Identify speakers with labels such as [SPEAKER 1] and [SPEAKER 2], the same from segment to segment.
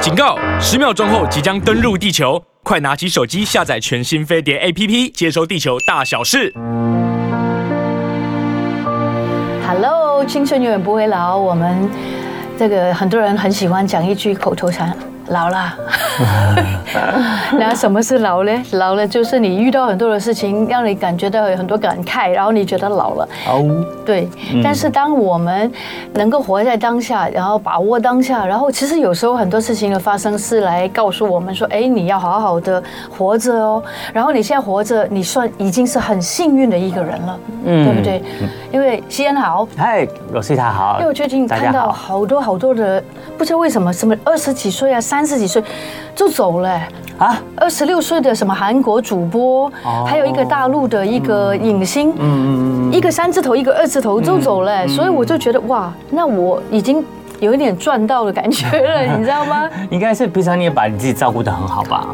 [SPEAKER 1] 警告！十秒钟后即将登陆地球，快拿起手机下载全新飞碟 APP，接收地球大小事。
[SPEAKER 2] Hello，青春永远不会老。我们这个很多人很喜欢讲一句口头禅：老了。那什么是老呢？老了就是你遇到很多的事情，让你感觉到有很多感慨，然后你觉得老了。
[SPEAKER 3] 哦，
[SPEAKER 2] 对，但是当我们能够活在当下，然后把握当下，然后其实有时候很多事情的发生是来告诉我们说，哎，你要好好的活着哦。然后你现在活着，你算已经是很幸运的一个人了，对不对？因为西安好，
[SPEAKER 3] 嗨，嗯罗西塔好，
[SPEAKER 2] 因为我最近
[SPEAKER 3] 大
[SPEAKER 2] 看
[SPEAKER 3] 家
[SPEAKER 2] 到
[SPEAKER 3] 好，
[SPEAKER 2] 好多好多的，不知道为什么，什么二十几岁啊，三十几岁就走了欸。
[SPEAKER 3] 啊，
[SPEAKER 2] 二十六岁的什么韩国主播，
[SPEAKER 3] 哦嗯
[SPEAKER 2] 还有一个大陆的一个影星，一个三字头，一个二字头都走了欸，所以我就觉得哇，那我已经有一点赚到的感觉 了，你知道吗？
[SPEAKER 3] 应该是平常你也把你自己照顾得很好吧？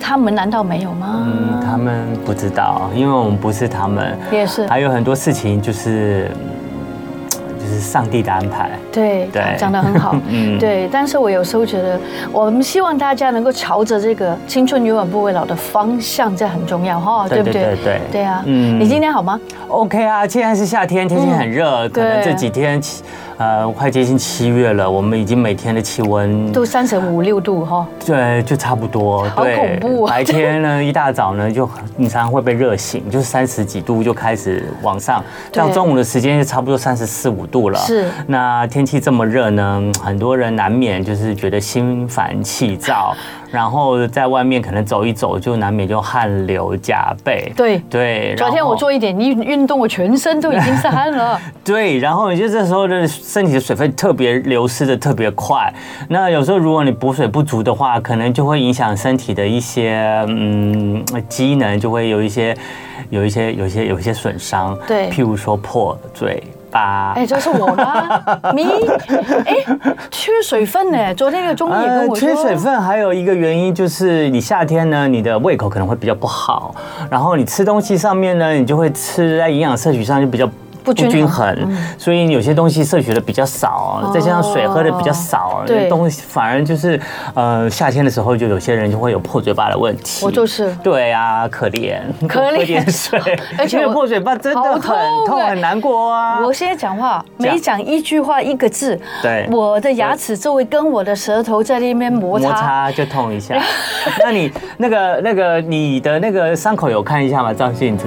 [SPEAKER 2] 他们难道没有吗？
[SPEAKER 3] 嗯，他们不知道，因为我们不是他们，
[SPEAKER 2] 也是
[SPEAKER 3] 还有很多事情就是，嗯就是上帝的安排。
[SPEAKER 2] 对，
[SPEAKER 3] 对，
[SPEAKER 2] 讲得很好
[SPEAKER 3] 嗯
[SPEAKER 2] 对。但是我有时候觉得，我们希望大家能够朝着这个青春永远不会老的方向，这很重要哈，
[SPEAKER 3] 对
[SPEAKER 2] 不
[SPEAKER 3] 对
[SPEAKER 2] 对
[SPEAKER 3] 对？对
[SPEAKER 2] 对啊，
[SPEAKER 3] 嗯
[SPEAKER 2] 你今天好吗？
[SPEAKER 3] OK 啊，现在是夏天，天气很热，可能
[SPEAKER 2] 嗯对
[SPEAKER 3] 这几天七，呃，快接近七月了，我们已经每天的气温
[SPEAKER 2] 都三十五六度哈，
[SPEAKER 3] 对，就差不多。
[SPEAKER 2] 好
[SPEAKER 3] 对
[SPEAKER 2] 恐怖哦
[SPEAKER 3] 白天呢，一大早呢，就你常常会被热醒，就是三十几度就开始往上，
[SPEAKER 2] 对
[SPEAKER 3] 到中午的时间就差不多三十四五度了。
[SPEAKER 2] 是
[SPEAKER 3] 那天气这么热呢，很多人难免就是觉得心烦 气躁，然后在外面可能走一走，就难免就汗流浃背。
[SPEAKER 2] 对
[SPEAKER 3] 对。
[SPEAKER 2] 昨天
[SPEAKER 3] 然后
[SPEAKER 2] 我做一点运运动，我全身都已经是汗 了。
[SPEAKER 3] 对，然后你就这时候的身体的水分特别流失的特别快。那有时候如果你补水不足的话，可能就会影响身体的一些嗯机能，就会有一些有一些有一些有一些损伤。
[SPEAKER 2] 对
[SPEAKER 3] 譬如说破嘴巴。
[SPEAKER 2] 哎，这是我 啦，你哎，缺水分呢。昨天有中医也跟我说，
[SPEAKER 3] 呃哎缺水分还有一个原因就是你夏天呢，你的胃口可能会比较不好，然后你吃东西上面呢，你就会吃在营养摄取上就比较。
[SPEAKER 2] 不均衡嗯
[SPEAKER 3] 所以有些东西摄取的比较少，再加上水喝的比较少，
[SPEAKER 2] 哦对
[SPEAKER 3] 东西反而就是，呃，夏天的时候就有些人就会有破嘴巴的问题。
[SPEAKER 2] 我就是
[SPEAKER 3] 对啊，可怜，
[SPEAKER 2] 可
[SPEAKER 3] 多喝
[SPEAKER 2] 怜，
[SPEAKER 3] 点水
[SPEAKER 2] 而且
[SPEAKER 3] 因为
[SPEAKER 2] 我
[SPEAKER 3] 破嘴巴真的
[SPEAKER 2] 好
[SPEAKER 3] 很
[SPEAKER 2] 痛
[SPEAKER 3] 痛，
[SPEAKER 2] 哎
[SPEAKER 3] 很难过啊。
[SPEAKER 2] 我现在讲话每
[SPEAKER 3] 讲
[SPEAKER 2] 讲一句话一个字，
[SPEAKER 3] 对
[SPEAKER 2] 我的牙齿周围跟我的舌头在那边摩
[SPEAKER 3] 摩
[SPEAKER 2] 擦。
[SPEAKER 3] 擦就痛一下。那你那个那个你的那个伤口有看一下吗？照镜子，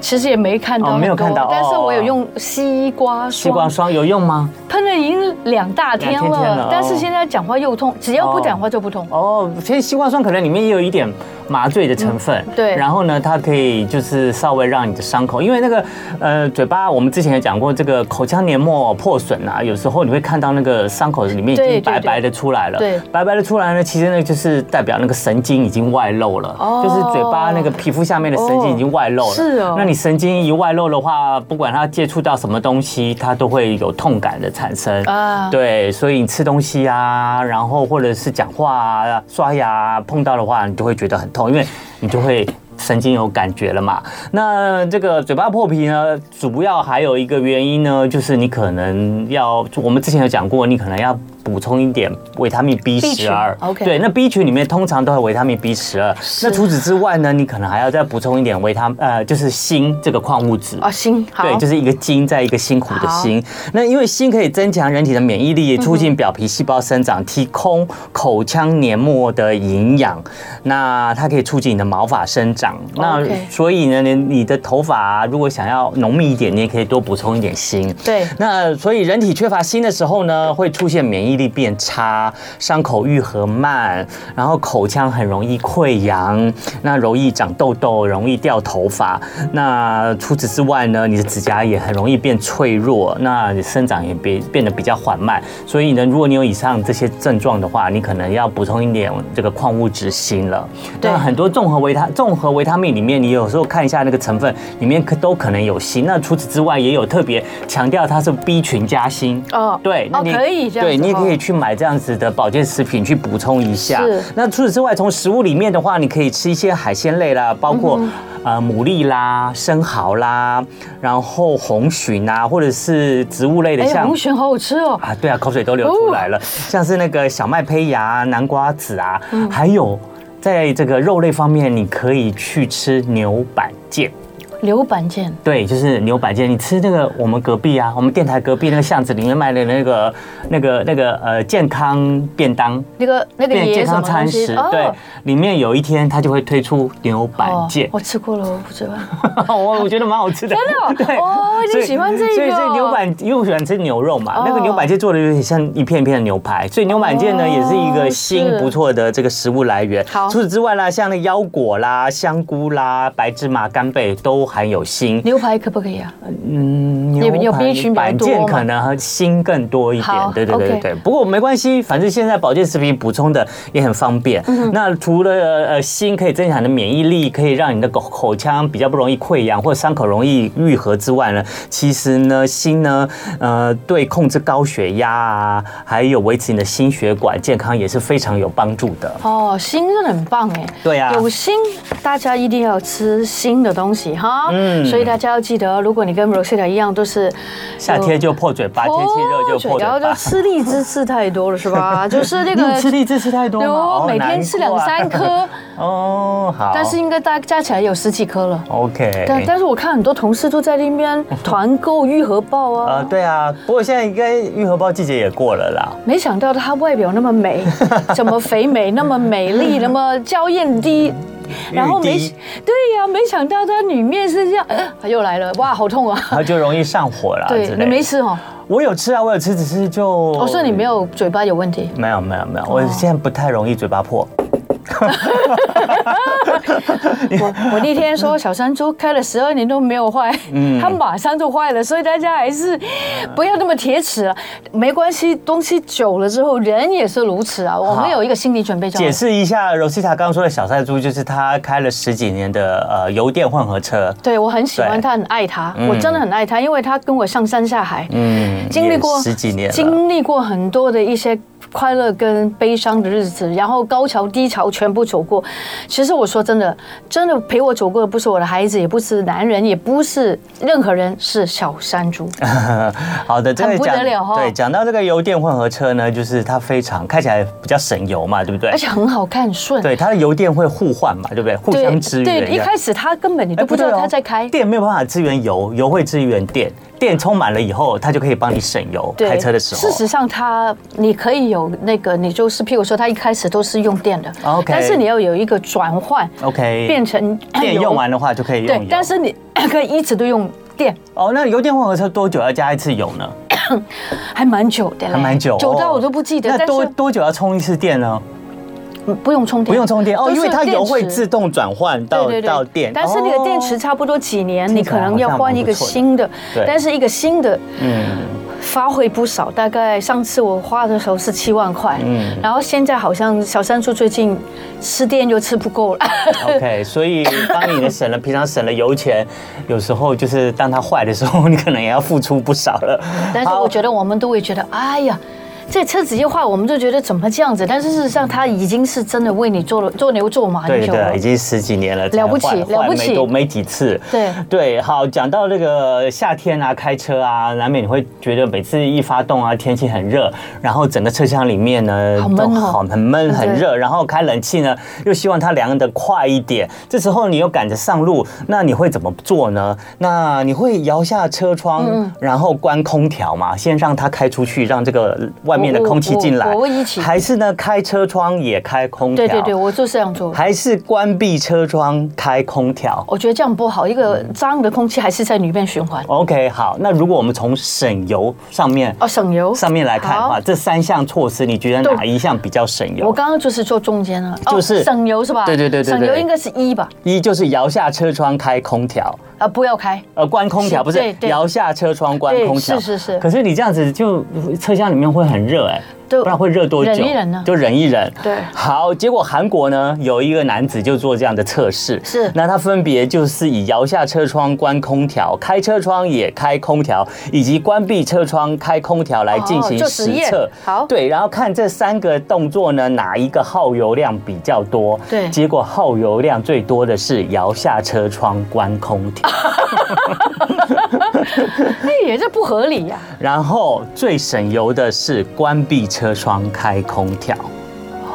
[SPEAKER 2] 其实也没看到很
[SPEAKER 3] 哦
[SPEAKER 2] 多，
[SPEAKER 3] 没有看到
[SPEAKER 2] 但是
[SPEAKER 3] 哦
[SPEAKER 2] 我有用西瓜
[SPEAKER 3] 西瓜
[SPEAKER 2] 霜，
[SPEAKER 3] 霜有用吗？
[SPEAKER 2] 喷了已经两大天
[SPEAKER 3] 两天天
[SPEAKER 2] 了
[SPEAKER 3] 了，
[SPEAKER 2] 但是
[SPEAKER 3] 哦
[SPEAKER 2] 现在讲话又痛，只要不
[SPEAKER 3] 哦
[SPEAKER 2] 讲话就不痛。
[SPEAKER 3] 哦，其实西瓜霜可能里面也有一点麻醉的成分，
[SPEAKER 2] 嗯对
[SPEAKER 3] 然后呢，它可以就是稍微让你的伤口，因为那个呃嘴巴，我们之前也讲过，这个口腔黏膜破损啊，有时候你会看到那个伤口里面已
[SPEAKER 2] 对对
[SPEAKER 3] 经白白的出来了，
[SPEAKER 2] 对
[SPEAKER 3] 白白的出来呢，其实那就是代表那个神经已经外露了，
[SPEAKER 2] 哦
[SPEAKER 3] 就是嘴巴那个皮肤下面的神经已经外露了，
[SPEAKER 2] 哦是哦
[SPEAKER 3] 那你神经一外露的话，不管它接触到什么东西，它都会有痛感的产生，
[SPEAKER 2] 啊
[SPEAKER 3] 哦对，所以你吃东西啊，然后或者是讲话啊、刷牙、啊、碰到的话，你就会觉得很痛，因为你就会神经有感觉了嘛。那这个嘴巴破皮呢，主要还有一个原因呢，就是你可能要，我们之前有讲过，你可能要补充一点维他命 B 十二。
[SPEAKER 2] ，OK
[SPEAKER 3] 对，那 B 群里面通常都有维他命 B 十二。那除此之外呢，你可能还要再补充一点维他呃，就是锌这个矿物质。
[SPEAKER 2] 啊，心好，
[SPEAKER 3] 对，就是一个金，在一个辛苦的辛。那因为锌可以增强人体的免疫
[SPEAKER 2] 嗯
[SPEAKER 3] 力，促进表皮细胞生长，提供口腔黏膜的营养。那它可以促进你的毛发生长。那
[SPEAKER 2] OK
[SPEAKER 3] 所以呢，你你的头发啊、如果想要浓密一点，你也可以多补充一点锌。
[SPEAKER 2] 对
[SPEAKER 3] 那所以人体缺乏锌的时候呢，会出现免疫力变差，伤口愈合慢，然后口腔很容易溃疡，那容易长痘痘，容易掉头发。那除此之外呢，你的指甲也很容易变脆弱，那你生长也变变得比较缓慢。所以呢，如果你有以上这些症状的话，你可能要补充一点这个矿物质锌了。
[SPEAKER 2] 对
[SPEAKER 3] 那很多综合维他综合维他命里面，你有时候看一下那个成分，里面可都可能有锌。那除此之外，也有特别强调它是 B 群加锌。
[SPEAKER 2] 哦
[SPEAKER 3] 对，那
[SPEAKER 2] 哦
[SPEAKER 3] 你
[SPEAKER 2] 可以这样子
[SPEAKER 3] 对，你也
[SPEAKER 2] 哦
[SPEAKER 3] 可以去买这样子的保健食品去补充一下
[SPEAKER 2] 是。
[SPEAKER 3] 那除此之外，从食物里面的话，你可以吃一些海鲜类啦，包
[SPEAKER 2] 嗯
[SPEAKER 3] 括、呃牡蛎啦、生蚝啦，然后红鲟啊，或者是植物类的，
[SPEAKER 2] 哎，
[SPEAKER 3] 像
[SPEAKER 2] 红鲟好好吃哦，
[SPEAKER 3] 啊，对啊，口水都流出来了，像是那个小麦胚芽啊、南瓜子啊，
[SPEAKER 2] 嗯
[SPEAKER 3] 还有在这个肉类方面，你可以去吃牛板腱。
[SPEAKER 2] 牛板腱，
[SPEAKER 3] 对，就是牛板腱。你吃那个我们隔壁啊，我们电台隔壁那个巷子里面卖的那个、那个、那个呃健康便当、
[SPEAKER 2] 那个那个
[SPEAKER 3] 健
[SPEAKER 2] 爷什
[SPEAKER 3] 康
[SPEAKER 2] 么
[SPEAKER 3] 餐
[SPEAKER 2] 东西
[SPEAKER 3] 食，对，里面有一天它就会推出牛板
[SPEAKER 2] 哦
[SPEAKER 3] 腱，
[SPEAKER 2] 我吃过了，我不知道。
[SPEAKER 3] 我我觉得蛮好吃的。
[SPEAKER 2] 真的
[SPEAKER 3] 对，
[SPEAKER 2] 哦哦
[SPEAKER 3] 所以
[SPEAKER 2] 你喜欢这个
[SPEAKER 3] 所以这牛板因为我喜欢吃牛肉嘛，
[SPEAKER 2] 哦
[SPEAKER 3] 那个牛板腱做的有点像一片一片的牛排，所以牛板腱呢
[SPEAKER 2] 哦
[SPEAKER 3] 也是一个新
[SPEAKER 2] 是
[SPEAKER 3] 不错的这个食物来源。
[SPEAKER 2] 好
[SPEAKER 3] 除此之外啦，像那腰果啦、香菇啦、白芝麻、干贝都含有锌。
[SPEAKER 2] 牛排可不可以啊？
[SPEAKER 3] 嗯，
[SPEAKER 2] 有有
[SPEAKER 3] 排
[SPEAKER 2] B 群比较
[SPEAKER 3] 板
[SPEAKER 2] 多
[SPEAKER 3] 腱
[SPEAKER 2] 嘛
[SPEAKER 3] 可能和锌更多一点
[SPEAKER 2] 好，
[SPEAKER 3] 对对对对
[SPEAKER 2] OK
[SPEAKER 3] 对。不过没关系，反正现在保健食品补充的也很方便。
[SPEAKER 2] 嗯
[SPEAKER 3] 那除了呃锌可以增强你的免疫力，可以让你的口口腔比较不容易溃疡或伤口容易愈合之外呢，其实呢锌呢呃对控制高血压啊，还有维持你的心血管健康也是非常有帮助的。
[SPEAKER 2] 哦，锌真的很棒哎。
[SPEAKER 3] 对啊
[SPEAKER 2] 有锌，大家一定要吃锌的东西哈。
[SPEAKER 3] 嗯
[SPEAKER 2] 所以大家要记得，如果你跟 Rosita 一样，都是
[SPEAKER 3] 夏天就破嘴巴，天气热就破嘴
[SPEAKER 2] 然后
[SPEAKER 3] 巴
[SPEAKER 2] 就。吃荔枝吃太多了是 吧？就是那
[SPEAKER 3] 你有
[SPEAKER 2] 个
[SPEAKER 3] 吃荔枝吃太多吗？
[SPEAKER 2] 有
[SPEAKER 3] 哦
[SPEAKER 2] 每天吃两三。
[SPEAKER 3] 难怪
[SPEAKER 2] 颗，
[SPEAKER 3] 哦，好。
[SPEAKER 2] 但是应该大加起来有十几颗了。
[SPEAKER 3] OK，
[SPEAKER 2] 但但是我看很多同事都在那 边团购愈合爆
[SPEAKER 3] 呃，
[SPEAKER 2] 啊，
[SPEAKER 3] 对啊，不过现在应该愈合包季节也过了啦。
[SPEAKER 2] 没想到她外表那么 美，怎么肥美那么美丽，那么娇艳低。然后没
[SPEAKER 3] 玉滴
[SPEAKER 2] 对呀、没想到她里面是这样，呃又来了，哇，好痛啊！
[SPEAKER 3] 它就容易上火啦。
[SPEAKER 2] 对
[SPEAKER 3] 之
[SPEAKER 2] 你
[SPEAKER 3] 类啊的哦
[SPEAKER 2] 没吃哦，
[SPEAKER 3] 我有吃啊，我有吃，只是就
[SPEAKER 2] 我说你没哦有嘴巴有问题，
[SPEAKER 3] 没有没有没有，我现在不太容易嘴巴破。
[SPEAKER 2] 我我那天 说小山猪开了十二年都没有坏，
[SPEAKER 3] 嗯
[SPEAKER 2] 它马上就坏了，所以大家还是不要那么铁齿了，没关系，东西久了之后人也是如此啊，我们有一个心理准备就好
[SPEAKER 3] 解
[SPEAKER 2] 了。
[SPEAKER 3] 释一下，Rosita 刚刚说的小赛猪，就是他开了十几年的呃油电混合车。
[SPEAKER 2] 对，我很喜欢
[SPEAKER 3] 对
[SPEAKER 2] 他，很爱他，
[SPEAKER 3] 嗯
[SPEAKER 2] 我真的很爱他，因为他跟我上山下海，
[SPEAKER 3] 嗯，
[SPEAKER 2] 经历过
[SPEAKER 3] 也十几年了。
[SPEAKER 2] 经历过很多的一些快乐跟悲伤的日子，然后高潮低潮全部走过。其实我说真的，真的陪我走过的不是我的孩子，也不是男人，也不是任何人，是小山 猪。
[SPEAKER 3] 哎好的，这个
[SPEAKER 2] 很不得了
[SPEAKER 3] 讲
[SPEAKER 2] 哦
[SPEAKER 3] 对讲到这个油电混合车呢，就是它非常看起来比较省油嘛，对不对
[SPEAKER 2] 而？且很好看，顺。
[SPEAKER 3] 对，它的油电会互换嘛，对不对？互相支援。
[SPEAKER 2] 对，一
[SPEAKER 3] 这样
[SPEAKER 2] 开始他根本你
[SPEAKER 3] 哎
[SPEAKER 2] 都不知道
[SPEAKER 3] 对哦
[SPEAKER 2] 他在开。
[SPEAKER 3] 电没有办法支援油，油会支援电，电充满了以后，它就可以帮你省油。
[SPEAKER 2] 对
[SPEAKER 3] 开车的时候，
[SPEAKER 2] 事实上它你可以有那个，你就是譬如说，它一开始都是用电的
[SPEAKER 3] OK
[SPEAKER 2] 但是你要有一个转换
[SPEAKER 3] OK
[SPEAKER 2] 变成
[SPEAKER 3] 电
[SPEAKER 2] 油
[SPEAKER 3] 用完的话就可以用油
[SPEAKER 2] 对，。但是你 可以一直都用电，
[SPEAKER 3] 哦，那油电混合车多久要加一次油呢？
[SPEAKER 2] 还蛮久的嘞，
[SPEAKER 3] 还蛮久哦，
[SPEAKER 2] 哎久到我都不记得。
[SPEAKER 3] 那
[SPEAKER 2] 但
[SPEAKER 3] 多
[SPEAKER 2] 是
[SPEAKER 3] 多久要充一次电呢？
[SPEAKER 2] 嗯不用充电，
[SPEAKER 3] 不用充电哦，
[SPEAKER 2] 都是
[SPEAKER 3] 因为它油会
[SPEAKER 2] 电池
[SPEAKER 3] 自动转换到
[SPEAKER 2] 对对
[SPEAKER 3] 到
[SPEAKER 2] 对，
[SPEAKER 3] 电。
[SPEAKER 2] 但是你
[SPEAKER 3] 哦
[SPEAKER 2] 的电池，差不多几年，
[SPEAKER 3] 听
[SPEAKER 2] 你
[SPEAKER 3] 起来
[SPEAKER 2] 可能要换一个新的
[SPEAKER 3] 错的对，
[SPEAKER 2] 但是一个新的
[SPEAKER 3] 嗯，
[SPEAKER 2] 发挥不少。大概上次我花的时候是七万块，
[SPEAKER 3] 嗯
[SPEAKER 2] 然后现在好像小三叔最近吃电又吃不够了，
[SPEAKER 3] OK，所以当你的省了平常省了油钱，有时候就是当它坏的时候， 你可能也要付出不少了。
[SPEAKER 2] 但是
[SPEAKER 3] 好
[SPEAKER 2] 我觉得我们都会觉得，哎呀。这车子一坏，我们就觉得怎么这样子？但是事实上，他已经是真的为你做了做牛做马
[SPEAKER 3] 对
[SPEAKER 2] 很久了
[SPEAKER 3] 对，已。经十几年了，
[SPEAKER 2] 了不起
[SPEAKER 3] 才换
[SPEAKER 2] 了
[SPEAKER 3] 换
[SPEAKER 2] 不起
[SPEAKER 3] 没多没几次。
[SPEAKER 2] 对
[SPEAKER 3] 对，好，讲到这个夏天啊，开车啊，难免你会觉得每次一发动啊，天气很热，然后整个车厢里面呢
[SPEAKER 2] 好闷
[SPEAKER 3] 都
[SPEAKER 2] 哦
[SPEAKER 3] 好很闷
[SPEAKER 2] 对
[SPEAKER 3] 很热，然后开冷气呢又希望它凉得快一点，这时候你又赶着上路，那你会怎么做呢？那你会摇下车窗，
[SPEAKER 2] 嗯
[SPEAKER 3] 然后关空调嘛，先让它开出去，让这个外面的
[SPEAKER 2] 我我
[SPEAKER 3] 空气进来，
[SPEAKER 2] 我我一起
[SPEAKER 3] 还是呢开车窗也开空调？
[SPEAKER 2] 对对对，我就是这样做。
[SPEAKER 3] 还是关闭车窗开空调。
[SPEAKER 2] 我觉得这样不好，一个脏的空气还是在里面循环，
[SPEAKER 3] OK，好，那如果我们从省油上面
[SPEAKER 2] 哦，省油。
[SPEAKER 3] 上面来看的话，
[SPEAKER 2] 好
[SPEAKER 3] 这三项措施，你觉得哪
[SPEAKER 2] 对
[SPEAKER 3] 一项比较省
[SPEAKER 2] 我
[SPEAKER 3] 油？
[SPEAKER 2] 刚刚就是做中间了，哦
[SPEAKER 3] 就是
[SPEAKER 2] 省油是吧？
[SPEAKER 3] 对对对对对
[SPEAKER 2] 省油应该是一吧？
[SPEAKER 3] 一就是摇下车窗开空调，
[SPEAKER 2] 啊，不要开，
[SPEAKER 3] 呃，关空调
[SPEAKER 2] 是
[SPEAKER 3] 不是
[SPEAKER 2] 对对
[SPEAKER 3] 摇下车窗关
[SPEAKER 2] 对
[SPEAKER 3] 空调，
[SPEAKER 2] 是是是
[SPEAKER 3] 可是你这样子就车厢里面会很热哎，
[SPEAKER 2] 对
[SPEAKER 3] 不然会热多久？
[SPEAKER 2] 忍一忍呢
[SPEAKER 3] 就忍一忍。
[SPEAKER 2] 对
[SPEAKER 3] 好，结果韩国呢有一个男子就做这样的测试，
[SPEAKER 2] 是
[SPEAKER 3] 那他分别就是以摇下车窗关空调、开车窗也开空调，以及关闭车窗开空调来进行
[SPEAKER 2] 哦做
[SPEAKER 3] 实
[SPEAKER 2] 实验
[SPEAKER 3] 测。
[SPEAKER 2] 好
[SPEAKER 3] 对，然后看这三个动作呢，哪一个耗油量比较多？
[SPEAKER 2] 对
[SPEAKER 3] 结果耗油量最多的是摇下车窗关空调。
[SPEAKER 2] 哎呀，这不合理呀、
[SPEAKER 3] 然后最省油的是关闭车窗开空调。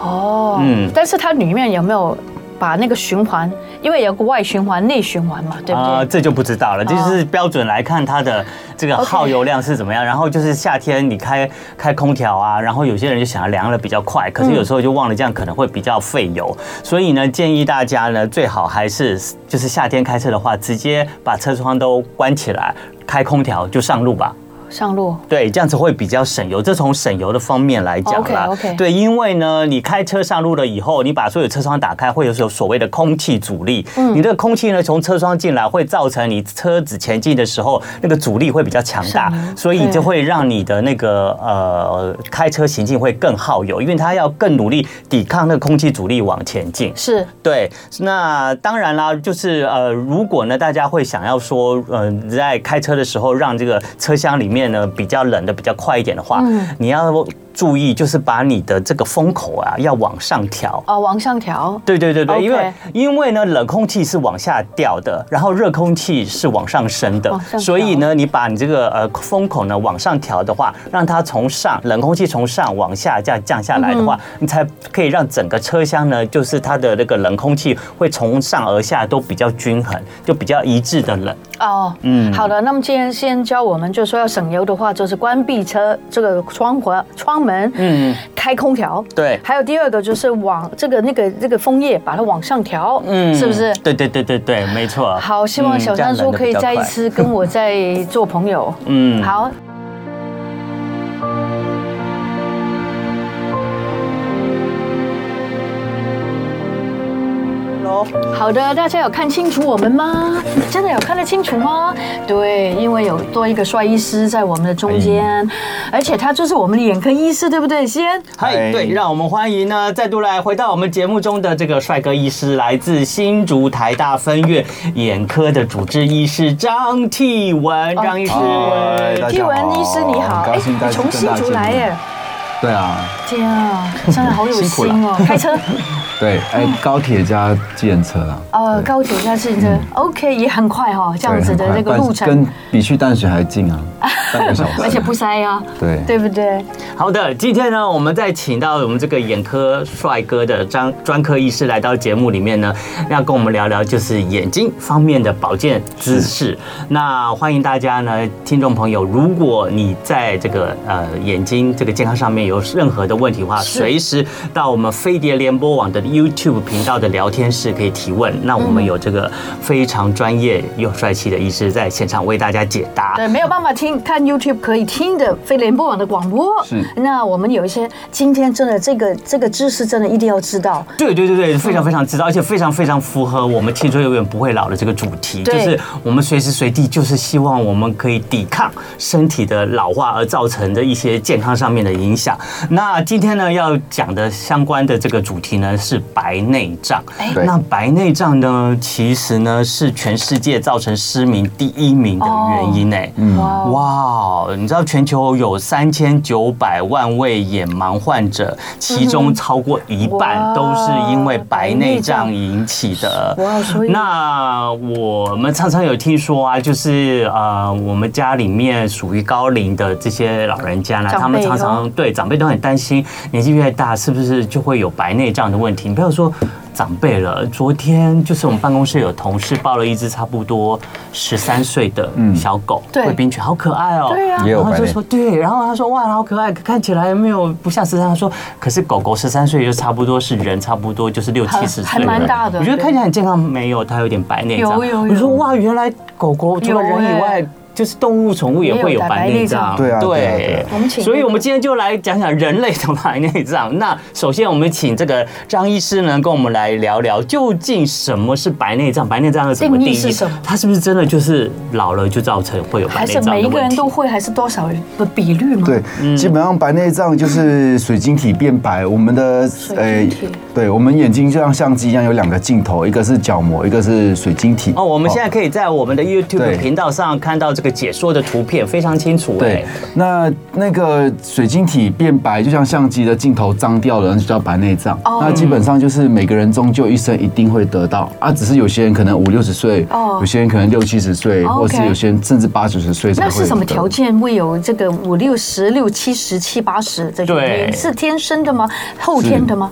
[SPEAKER 2] 哦，
[SPEAKER 3] 嗯
[SPEAKER 2] 嗯，但是它里面有没有把那个循环？因为有个外循环、内循环嘛，对不对？哦
[SPEAKER 3] 啊，这就不知道了，这就是标准来看它的这个
[SPEAKER 2] OK
[SPEAKER 3] 耗油量是怎么样。然后就是夏天你开开空调啊，然后有些人就想要凉了比较快，可是
[SPEAKER 2] 嗯
[SPEAKER 3] 有时候就忘了这样可能会比较费油。所以呢，建议大家呢最好还是就是夏天开车的话，直接把车窗都关起来，开空调就上路吧。
[SPEAKER 2] 上路
[SPEAKER 3] 对，这样子会比较省油。这从省油的方面来讲啦
[SPEAKER 2] OK，OK
[SPEAKER 3] 对，因为呢，你开车上路了以后，你把所有车窗打开，会有所谓的空气阻力。
[SPEAKER 2] 嗯
[SPEAKER 3] 你这个空气呢，从车窗进来，会造成你车子前进的时候那个阻力会比较强大
[SPEAKER 2] 省油，
[SPEAKER 3] 所以
[SPEAKER 2] 对
[SPEAKER 3] 就会让你的那个呃开车行进会更耗油，因为它要更努力抵抗那个空气阻力往前进。
[SPEAKER 2] 是
[SPEAKER 3] 对，那当然啦，就是呃，如果呢，大家会想要说，呃，在开车的时候让这个车厢里面呢比较冷的比较快一点的话，你要注意，就是把你的这个风口啊要往上调。
[SPEAKER 2] 哦，往上调，
[SPEAKER 3] 对对对对
[SPEAKER 2] OK
[SPEAKER 3] 因为因为呢，冷空气是往下掉的，然后热空气是往上升的
[SPEAKER 2] 往，上调
[SPEAKER 3] 所以呢，你把你这个呃风口呢往上调的话，让它从上冷空气从上往下这样降下来的
[SPEAKER 2] 嗯
[SPEAKER 3] 话，你才可以让整个车厢呢，就是它的那个冷空气会从上而下都比较均衡，就比较一致的冷。
[SPEAKER 2] 哦，
[SPEAKER 3] 嗯
[SPEAKER 2] 嗯，好的。那么今天先教我们，就是说要省油的话，就是关闭车这个窗户、窗门，
[SPEAKER 3] 嗯
[SPEAKER 2] 嗯，开空调。
[SPEAKER 3] 对
[SPEAKER 2] 还有第二个就是往这个那个这个枫叶把它往上调，嗯，是不是？
[SPEAKER 3] 对对对对对，没错。
[SPEAKER 2] 好，希望小山叔可以再一次跟我再做朋友。
[SPEAKER 3] 嗯
[SPEAKER 2] 好，
[SPEAKER 3] 喽。
[SPEAKER 2] 好的，大家有看清楚我们吗？真的有看得清楚吗？对，因为有多一个帅医师在我们的中间，而且他就是我们的眼科医师，对不对？先
[SPEAKER 3] 嗨，
[SPEAKER 1] 嗨
[SPEAKER 3] 对，让我们欢迎呢，再度来回到我们节目中的这个帅哥医师，来自新竹台大分院眼科的主治医师张替文，张医师。
[SPEAKER 4] 嗨哎大
[SPEAKER 2] 替
[SPEAKER 4] 家好
[SPEAKER 2] 哦哎文医师你好，哎
[SPEAKER 4] 很高兴
[SPEAKER 2] 你
[SPEAKER 4] 在
[SPEAKER 2] 从新竹来耶。
[SPEAKER 4] 对啊，
[SPEAKER 2] 天啊，真的好有
[SPEAKER 4] 辛苦
[SPEAKER 2] 心 哦！开车，
[SPEAKER 4] 对，哎，
[SPEAKER 2] 嗯
[SPEAKER 4] 高铁加计程车啊啦，
[SPEAKER 2] 呃，高铁加自行车，OK，也很快哈、这样子的
[SPEAKER 4] 嗯对
[SPEAKER 2] 那
[SPEAKER 4] 很
[SPEAKER 2] 个
[SPEAKER 4] 快
[SPEAKER 2] 路
[SPEAKER 4] 但是
[SPEAKER 2] 程
[SPEAKER 4] 跟，比去淡水还 近啊，半个小时，
[SPEAKER 2] 而且不塞啊，
[SPEAKER 4] 对
[SPEAKER 2] 对不对？
[SPEAKER 3] 好的，今天呢，我们再请到我们这个眼科帅哥的张专科医师来到节目里面呢，要跟我们聊聊就是眼睛方面的保健知识。那欢迎大家呢，听众朋友，如果你在这个呃眼睛这个健康上面有任何的问题的话，
[SPEAKER 2] 是
[SPEAKER 3] 随时到我们飞碟联播网的 YouTube 频道的聊天室可以提问。那我们有这个非常专业又帅气的医师在现场为大家解答。
[SPEAKER 2] 对，没有办法听看 YouTube 可以听的非联播网的广播。
[SPEAKER 4] 是
[SPEAKER 2] 那我们有一些今天真的这个这个知识真的一定要知道。
[SPEAKER 3] 对对对对，非常非常知道，而且非常非常符合我们青春永远不会老的这个主题，就
[SPEAKER 2] 对
[SPEAKER 3] 是我们随时随地就是希望我们可以抵抗身体的老化而造成的一些健康上面的影响。那今天呢要讲的相关的这个主题呢是白内障
[SPEAKER 2] 哎。
[SPEAKER 4] 对
[SPEAKER 3] 那白内障呢，其实呢是全世界造成失明第一名的原因哎、
[SPEAKER 4] 嗯
[SPEAKER 2] 哇哦，
[SPEAKER 3] 哇，你知道全球有三千九百万位眼盲患者，其中超过一
[SPEAKER 2] 哇
[SPEAKER 3] 半都是因为白内障引起的。
[SPEAKER 2] 哇所以
[SPEAKER 3] 那我们常常有听说啊，就是呃，我们家里面属于高龄的这些老人家呢，
[SPEAKER 2] 长辈哦
[SPEAKER 3] 他们常常对长辈都很担心，年纪越大是不是就会有白内障的问题？你不要说。长辈了，昨天就是我们办公室有同事抱了一只差不多十三岁的小狗，
[SPEAKER 2] 对
[SPEAKER 3] 贵宾犬，好可爱哦、
[SPEAKER 2] 对啊
[SPEAKER 4] 嗯也有
[SPEAKER 3] 然后
[SPEAKER 4] 白
[SPEAKER 3] 就
[SPEAKER 4] 内
[SPEAKER 3] 说对，然后他说哇，好可爱，看起来没有不像十三。他说，可是狗狗十三岁就差不多是人，差不多就是六七
[SPEAKER 2] 很
[SPEAKER 3] 十岁了，
[SPEAKER 2] 还蛮大的。
[SPEAKER 3] 我觉
[SPEAKER 2] 啊
[SPEAKER 3] 得
[SPEAKER 2] 对
[SPEAKER 3] 看起来很健康，没有，它有点白内障。
[SPEAKER 2] 有有有
[SPEAKER 3] 我说哇，原来狗狗除了人以外
[SPEAKER 2] 有欸，
[SPEAKER 3] 就是动物宠物也会有白内障，
[SPEAKER 4] 也有白内障对啊对啊对啊
[SPEAKER 2] 我们请
[SPEAKER 3] 所以我们今天就来讲讲人类的白内障。那首先我们请这个张医师呢，跟我们来聊聊究竟什么是白内障，白内障是怎么定
[SPEAKER 2] 定义
[SPEAKER 3] 义？
[SPEAKER 2] 是什么
[SPEAKER 3] 它是不是真的就是老了就造成会有白
[SPEAKER 2] 还是
[SPEAKER 3] 内障的
[SPEAKER 2] 每一个
[SPEAKER 3] 问
[SPEAKER 2] 人
[SPEAKER 3] 题
[SPEAKER 2] 都会，还是多少人的比率吗？
[SPEAKER 4] 对，
[SPEAKER 3] 嗯
[SPEAKER 4] 基本上白内障就是水晶体变白，我们的哎
[SPEAKER 2] 水晶体
[SPEAKER 4] 对，我们眼睛就像相机一样有两个镜头，一个是角膜，一个是水晶体。
[SPEAKER 3] 哦，我们现在可以在我们的 YouTube
[SPEAKER 4] 对
[SPEAKER 3] 频道上看到这个解说的图片，非常清楚。哎
[SPEAKER 4] 对，那那个水晶体变白，就像相机的镜头脏掉了，那就叫白内障。
[SPEAKER 2] 哦
[SPEAKER 4] 那基本上就是每个人终究一生一定会得到啊，只是有些人可能五六十岁，
[SPEAKER 2] 哦
[SPEAKER 4] 有些人可能六七十岁，
[SPEAKER 2] 哦
[SPEAKER 4] 或是
[SPEAKER 2] OK
[SPEAKER 4] 有些人甚至八九十岁才
[SPEAKER 2] 那
[SPEAKER 4] 会。
[SPEAKER 2] 是什么条？件会有这个五六十六七十七八十这种
[SPEAKER 3] 对
[SPEAKER 2] 原因？是天生的吗？后天的吗？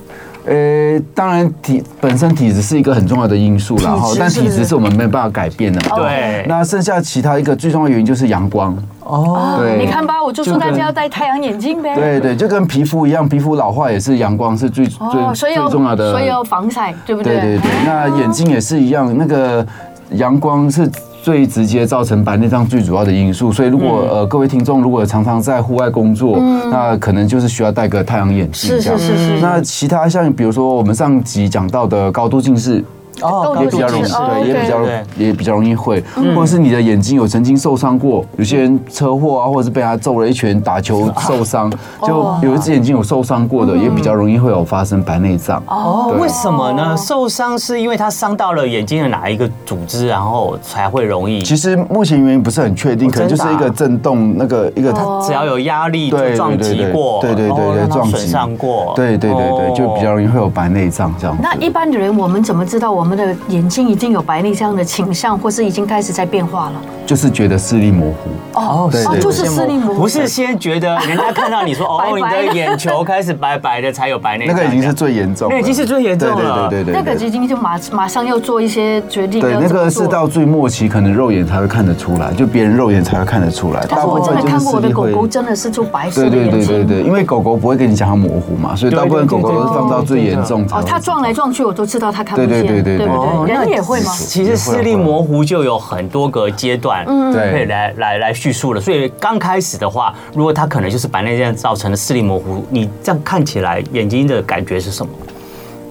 [SPEAKER 4] 呃，当然体本身体质是一个很重要的因素啦，
[SPEAKER 2] 体
[SPEAKER 4] 哈
[SPEAKER 2] 质，
[SPEAKER 4] 但
[SPEAKER 2] 是不
[SPEAKER 4] 体
[SPEAKER 2] 是
[SPEAKER 4] 质是我们没办法改变的
[SPEAKER 2] 哦
[SPEAKER 4] 嘛。
[SPEAKER 3] 对
[SPEAKER 4] 那剩下其他一个最重要的原因就是阳光。
[SPEAKER 3] 哦，
[SPEAKER 2] 啊
[SPEAKER 4] 对
[SPEAKER 2] 你看吧，我就说
[SPEAKER 4] 就跟
[SPEAKER 2] 大家要戴太阳眼镜呗。
[SPEAKER 4] 对对，就跟皮肤一样，皮肤老化也是阳光是最最
[SPEAKER 2] 哦，所以要
[SPEAKER 4] 最重要的。
[SPEAKER 2] 所以要防晒，对不对？
[SPEAKER 4] 对对对，那眼睛也是一样，那个阳光是。最直接造成白内障最主要的因素，所以如果、
[SPEAKER 2] 嗯
[SPEAKER 4] 呃各位听众如果常常在户外工作，那可能就是需要戴个太阳眼镜
[SPEAKER 2] 是
[SPEAKER 4] 这样。
[SPEAKER 2] 是是是。
[SPEAKER 4] 那其他像比如说我们上集讲到的高度近视，
[SPEAKER 3] 哦
[SPEAKER 2] 都
[SPEAKER 4] 也
[SPEAKER 2] 有
[SPEAKER 4] 比较容易，
[SPEAKER 2] 近视哦嗯
[SPEAKER 4] 对，也比较容
[SPEAKER 3] 对
[SPEAKER 4] 也比较容易会，或者是你的眼睛有曾经受伤过，有些人车祸啊，或者是被他揍了一拳打球受伤，就
[SPEAKER 2] 哦
[SPEAKER 4] 有一只眼睛有受伤过
[SPEAKER 2] 嗯
[SPEAKER 4] 的，也比较容易会有发生白内障。
[SPEAKER 3] 哦，
[SPEAKER 4] 对
[SPEAKER 3] 为什么呢？受伤是因为它伤到了眼睛的哪一个组织，然后才会容易？
[SPEAKER 4] 其实目前原因不是很确定，
[SPEAKER 3] 哦
[SPEAKER 4] 可能就是一
[SPEAKER 3] 真的
[SPEAKER 4] 个
[SPEAKER 3] 啊
[SPEAKER 4] 震动，那个一个
[SPEAKER 2] 哦
[SPEAKER 4] 它。
[SPEAKER 3] 只要有压力
[SPEAKER 4] 对
[SPEAKER 3] 就
[SPEAKER 4] 对
[SPEAKER 3] 撞
[SPEAKER 4] 对
[SPEAKER 3] 击
[SPEAKER 4] 对
[SPEAKER 3] 过，
[SPEAKER 4] 对对
[SPEAKER 3] 然后
[SPEAKER 4] 对对，
[SPEAKER 3] 让它
[SPEAKER 4] 撞
[SPEAKER 3] 损
[SPEAKER 4] 击
[SPEAKER 3] 伤过，
[SPEAKER 4] 对对对对，就比较
[SPEAKER 3] 哦
[SPEAKER 4] 容易会有白内障这样子。
[SPEAKER 2] 那一般的人，我们怎么知道我们的眼睛已经有白内障的倾向，或是已经开始在变化了？
[SPEAKER 4] 就是觉得视力模糊，
[SPEAKER 3] 哦
[SPEAKER 4] 对对
[SPEAKER 2] 就是视力模糊
[SPEAKER 3] 不是先觉得人家看到你说哦，
[SPEAKER 2] 白
[SPEAKER 3] 你
[SPEAKER 2] 白
[SPEAKER 3] 的眼球开始白白的才有白内
[SPEAKER 4] 那
[SPEAKER 3] 障，
[SPEAKER 4] 个已经是最严重了，
[SPEAKER 3] 那已经是最严重了
[SPEAKER 4] 对对对
[SPEAKER 2] 那个
[SPEAKER 4] 对对对。
[SPEAKER 2] 已经就马马上要做一些决定，
[SPEAKER 4] 对，
[SPEAKER 2] 要
[SPEAKER 4] 那
[SPEAKER 2] 怎么
[SPEAKER 4] 个是
[SPEAKER 2] 做
[SPEAKER 4] 到最末期，可能肉眼才会看得出来，就别人肉眼才会看得出来。
[SPEAKER 2] 但是我真的看过我的狗狗，真的是就白色
[SPEAKER 4] 对
[SPEAKER 2] 的
[SPEAKER 4] 对
[SPEAKER 2] 眼
[SPEAKER 4] 对对
[SPEAKER 2] 睛。
[SPEAKER 4] 对，因为狗狗不会跟你讲它模糊嘛，所以大部分
[SPEAKER 3] 对对
[SPEAKER 4] 狗
[SPEAKER 3] 对
[SPEAKER 4] 狗都是放到最严重才
[SPEAKER 2] 哦
[SPEAKER 4] 会。，
[SPEAKER 2] 它撞来撞去，我都知道它看不
[SPEAKER 4] 对
[SPEAKER 2] 见，
[SPEAKER 4] 对对对对
[SPEAKER 2] 不
[SPEAKER 3] 哦
[SPEAKER 2] 对？
[SPEAKER 3] 那
[SPEAKER 2] 人也会吗？
[SPEAKER 3] 其实视力模糊就有很多个阶段，嗯，
[SPEAKER 4] 对
[SPEAKER 3] 可以来来来叙述了。所以刚开始的话，如果它可能就是白内障造成的视力模糊，你这样看起来眼睛的感觉是什么？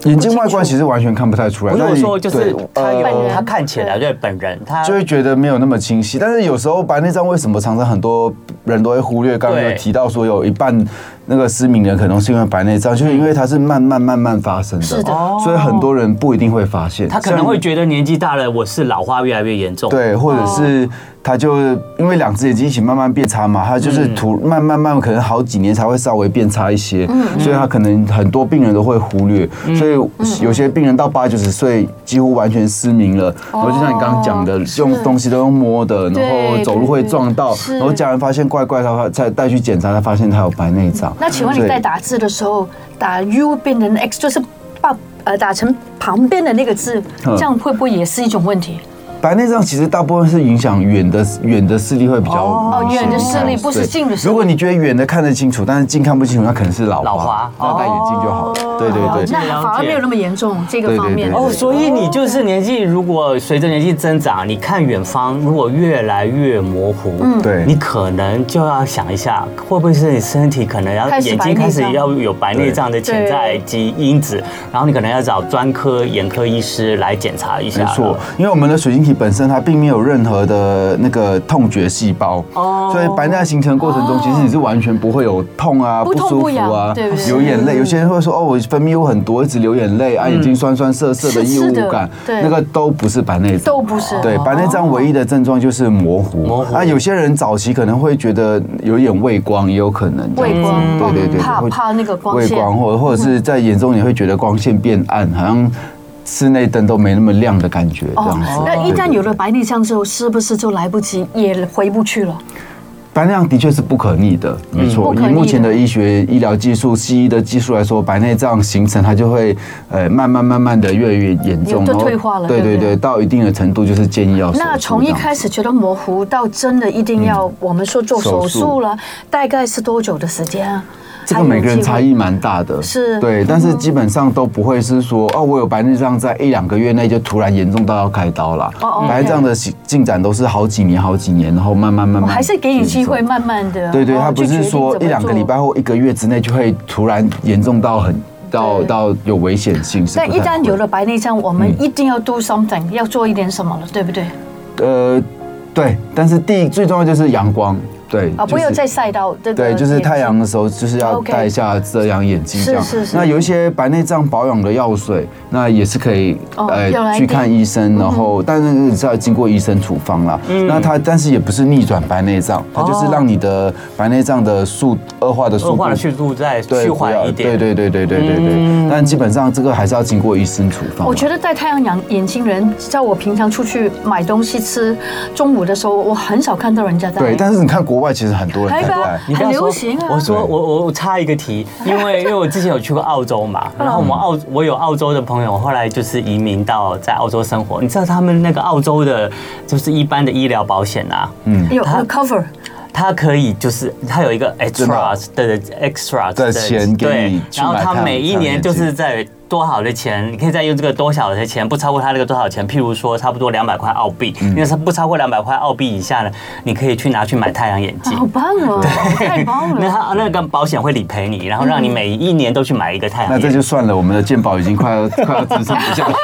[SPEAKER 4] 眼睛外观其实完全看不太出来。
[SPEAKER 3] 不
[SPEAKER 4] 但
[SPEAKER 3] 是
[SPEAKER 4] 你
[SPEAKER 3] 说就是
[SPEAKER 4] 对呃
[SPEAKER 3] 他
[SPEAKER 2] 本
[SPEAKER 3] 有
[SPEAKER 2] 人
[SPEAKER 3] 他看起来对本人他
[SPEAKER 4] 就会觉得没有那么清晰。但是有时候白内障为什么常常很多人都会忽略？刚刚有
[SPEAKER 3] 对
[SPEAKER 4] 提到说有一半那个失明人可能是因为白内障，就是因为它是慢慢慢慢发生的，
[SPEAKER 2] 是的
[SPEAKER 4] 所以很多人不一定会发现。
[SPEAKER 3] 他可能会
[SPEAKER 4] 像
[SPEAKER 3] 觉得年纪大了，我是老化越来越严重。，
[SPEAKER 4] 对，或者
[SPEAKER 2] 哦
[SPEAKER 4] 是他就因为两只眼睛一起慢慢变差嘛，他就是
[SPEAKER 2] 嗯
[SPEAKER 4] 突慢慢慢可能好几年才会稍微变差一些，
[SPEAKER 2] 嗯
[SPEAKER 4] 所以他可能很多病人都会忽略，所以有些病人到八九十岁几乎完全失明了，
[SPEAKER 2] 哦
[SPEAKER 4] 然后就像你刚刚讲的，用东西都用摸的，然后
[SPEAKER 2] 对
[SPEAKER 4] 走路会
[SPEAKER 2] 对
[SPEAKER 4] 撞到，
[SPEAKER 2] 是
[SPEAKER 4] 然后家人发现怪怪，他才带去检查，他发现他有白内障。
[SPEAKER 2] 那请问你
[SPEAKER 4] 对
[SPEAKER 2] 在打字的时候，打 U 变成 X，就是把呃打成旁边的那个字，
[SPEAKER 4] 嗯
[SPEAKER 2] 这样会不会也是一种问题？
[SPEAKER 4] 白内障其实大部分是影响远的远的视力会比较
[SPEAKER 3] 哦
[SPEAKER 4] 明显
[SPEAKER 2] 远的视力不是
[SPEAKER 4] 对
[SPEAKER 2] 近的视力
[SPEAKER 4] 如果你觉得远的看得清楚，但是近看不清楚，那可能是老
[SPEAKER 3] 老花
[SPEAKER 4] 那戴眼镜就
[SPEAKER 2] 哦
[SPEAKER 4] 好了。对对对
[SPEAKER 2] 那反而没有那么严重这个方面。
[SPEAKER 4] 对对对
[SPEAKER 3] 哦，
[SPEAKER 4] 对
[SPEAKER 3] 所以你就是年纪，如果随着年纪增长，你看远方如果越来越模糊，嗯
[SPEAKER 4] 对
[SPEAKER 3] 你可能就要想一下，会不会是你身体可能要
[SPEAKER 2] 开始
[SPEAKER 3] 眼
[SPEAKER 2] 白内
[SPEAKER 3] 睛开始
[SPEAKER 2] 障
[SPEAKER 3] 要有白内障的潜在基因子，然后你可能要找专科眼科医师来检查一下。
[SPEAKER 4] 没错，，因为我们的水晶体本身它并没有任何的那个痛觉细胞，
[SPEAKER 3] 哦
[SPEAKER 4] 所以白内障形成过程中，其实你是完全不会有痛啊、
[SPEAKER 2] 哦不痛
[SPEAKER 4] 舒
[SPEAKER 2] 不
[SPEAKER 4] 服
[SPEAKER 2] 痒
[SPEAKER 4] 啊
[SPEAKER 2] 对不嗯对、
[SPEAKER 4] 流眼泪。有些人会说哦，我分泌物很多，一直流眼泪啊，眼睛酸酸涩涩的
[SPEAKER 2] 是
[SPEAKER 4] 异
[SPEAKER 2] 嗯是
[SPEAKER 4] 物
[SPEAKER 2] 的
[SPEAKER 4] 感，
[SPEAKER 2] 对
[SPEAKER 4] 那个都不是白内障，
[SPEAKER 2] 都不是哦
[SPEAKER 4] 对，白内障唯一的症状就是模糊。
[SPEAKER 3] 模糊
[SPEAKER 4] 啊，有些人早期可能会觉得有点畏光，也有可能这样子
[SPEAKER 2] 畏光嗯
[SPEAKER 4] 对对对，
[SPEAKER 2] 怕
[SPEAKER 4] 会
[SPEAKER 2] 怕那个光
[SPEAKER 4] 畏
[SPEAKER 2] 线
[SPEAKER 4] 光，或者或者是在眼中你会觉得光线变暗，好像室内灯都没那么亮的感觉，这样子。
[SPEAKER 2] 哦那一旦
[SPEAKER 4] 对
[SPEAKER 2] 有了白内障之后，是不是就来不及，也回不去了？
[SPEAKER 4] 白内障的确是不可逆的，没
[SPEAKER 2] 嗯不
[SPEAKER 4] 错。
[SPEAKER 2] 可
[SPEAKER 4] 以
[SPEAKER 2] 逆的
[SPEAKER 4] 目前的医学医疗技术、西医的技术来说，白内障形成它就会呃慢慢慢慢的越来越严
[SPEAKER 2] 有
[SPEAKER 4] 重，
[SPEAKER 2] 就
[SPEAKER 4] 然后
[SPEAKER 2] 退化了
[SPEAKER 4] 对
[SPEAKER 2] 对
[SPEAKER 4] 对
[SPEAKER 2] 不对
[SPEAKER 4] 对，到一定的程度就是建议要手术
[SPEAKER 2] 那从一开始觉得模糊到真的一定要我们说做手术了，大概是多久的时间啊？
[SPEAKER 4] 这这个每个人差异蛮大的，
[SPEAKER 2] 是
[SPEAKER 4] 对，但是基本上都不会是说哦，我有白内障在一两个月内就突然严重到要开刀了
[SPEAKER 2] 哦哦，
[SPEAKER 4] 白内障的进展都是好几年、好几年，然后慢慢慢
[SPEAKER 2] 我
[SPEAKER 4] 慢，
[SPEAKER 2] 哦还是给你机会，。慢慢的。
[SPEAKER 4] 对对，
[SPEAKER 2] 然后
[SPEAKER 4] 他不
[SPEAKER 2] 去决
[SPEAKER 4] 是
[SPEAKER 2] 定
[SPEAKER 4] 说
[SPEAKER 2] 怎
[SPEAKER 4] 一
[SPEAKER 2] 么
[SPEAKER 4] 两个
[SPEAKER 2] 做
[SPEAKER 4] 礼。拜或一个月之内就会突然严重到很到
[SPEAKER 2] 对
[SPEAKER 4] 到有危险性，是
[SPEAKER 2] 但
[SPEAKER 4] 不
[SPEAKER 2] 一旦
[SPEAKER 4] 太会嗯
[SPEAKER 2] 有了白内障，我们一定要 do something，要做一点什么了，对不对？
[SPEAKER 4] 呃，对，但是第一最重要就是阳光，对
[SPEAKER 2] 啊，不
[SPEAKER 4] 就是
[SPEAKER 2] 要再晒到这个
[SPEAKER 4] 对，就是
[SPEAKER 2] 眼睛
[SPEAKER 4] 太阳的时候，就是要
[SPEAKER 2] OK
[SPEAKER 4] 戴一下遮阳眼镜这样。
[SPEAKER 2] 是是是
[SPEAKER 4] 那有一些白内障保养的药水，那也是可以
[SPEAKER 2] 哦要来
[SPEAKER 4] 去看医生，然后但是你是要经过医生处方啦。那它但是也不是逆转白内障，它就是让你的白内障的速恶化的速
[SPEAKER 3] 恶
[SPEAKER 4] 度
[SPEAKER 3] 化的去度再
[SPEAKER 4] 对
[SPEAKER 3] 去缓一点。
[SPEAKER 4] 对对对对对对对。但基本上这个还是要经过医生处方啦。
[SPEAKER 2] 我觉得戴太阳眼眼镜人，在我平常出去买东西吃，中午的时候我很少看到人家戴。
[SPEAKER 4] 对，但是你看国外其实很多人
[SPEAKER 2] 还有
[SPEAKER 4] 在
[SPEAKER 2] 一个
[SPEAKER 4] 戴。
[SPEAKER 3] 你不要
[SPEAKER 2] 很
[SPEAKER 3] 说
[SPEAKER 2] 流行啊
[SPEAKER 3] 我说
[SPEAKER 4] 对
[SPEAKER 3] 我我我插一个题，因为因为我之前有去过澳洲嘛，然后我们澳我有澳洲的朋友，后来就是移民到在澳洲生活。你知道他们那个澳洲的，就是一般的医疗保险啊，
[SPEAKER 2] 有
[SPEAKER 3] 它
[SPEAKER 2] 有 cover，
[SPEAKER 3] 它可以就是它有一个
[SPEAKER 4] 真的哦
[SPEAKER 3] extra 的 extra
[SPEAKER 4] 的钱给
[SPEAKER 3] 对
[SPEAKER 4] 你去
[SPEAKER 3] 然后
[SPEAKER 4] 买
[SPEAKER 3] 它
[SPEAKER 4] 太阳
[SPEAKER 3] 每一年就是在多少的钱，你可以再用这个多少的钱，不超过它那个多少钱，譬如说差不多两百块澳币，因
[SPEAKER 4] 嗯
[SPEAKER 3] 为它不超过两百块澳币以下呢，你可以去拿去买太阳眼镜
[SPEAKER 2] 好。棒哦，太棒
[SPEAKER 3] 那
[SPEAKER 2] 了。
[SPEAKER 3] 他那个保险会理赔你，然后让你每一年都去买一个太阳
[SPEAKER 4] 那
[SPEAKER 3] 眼
[SPEAKER 4] 这就算了，我们的健保已经快要快要支撑不下去了。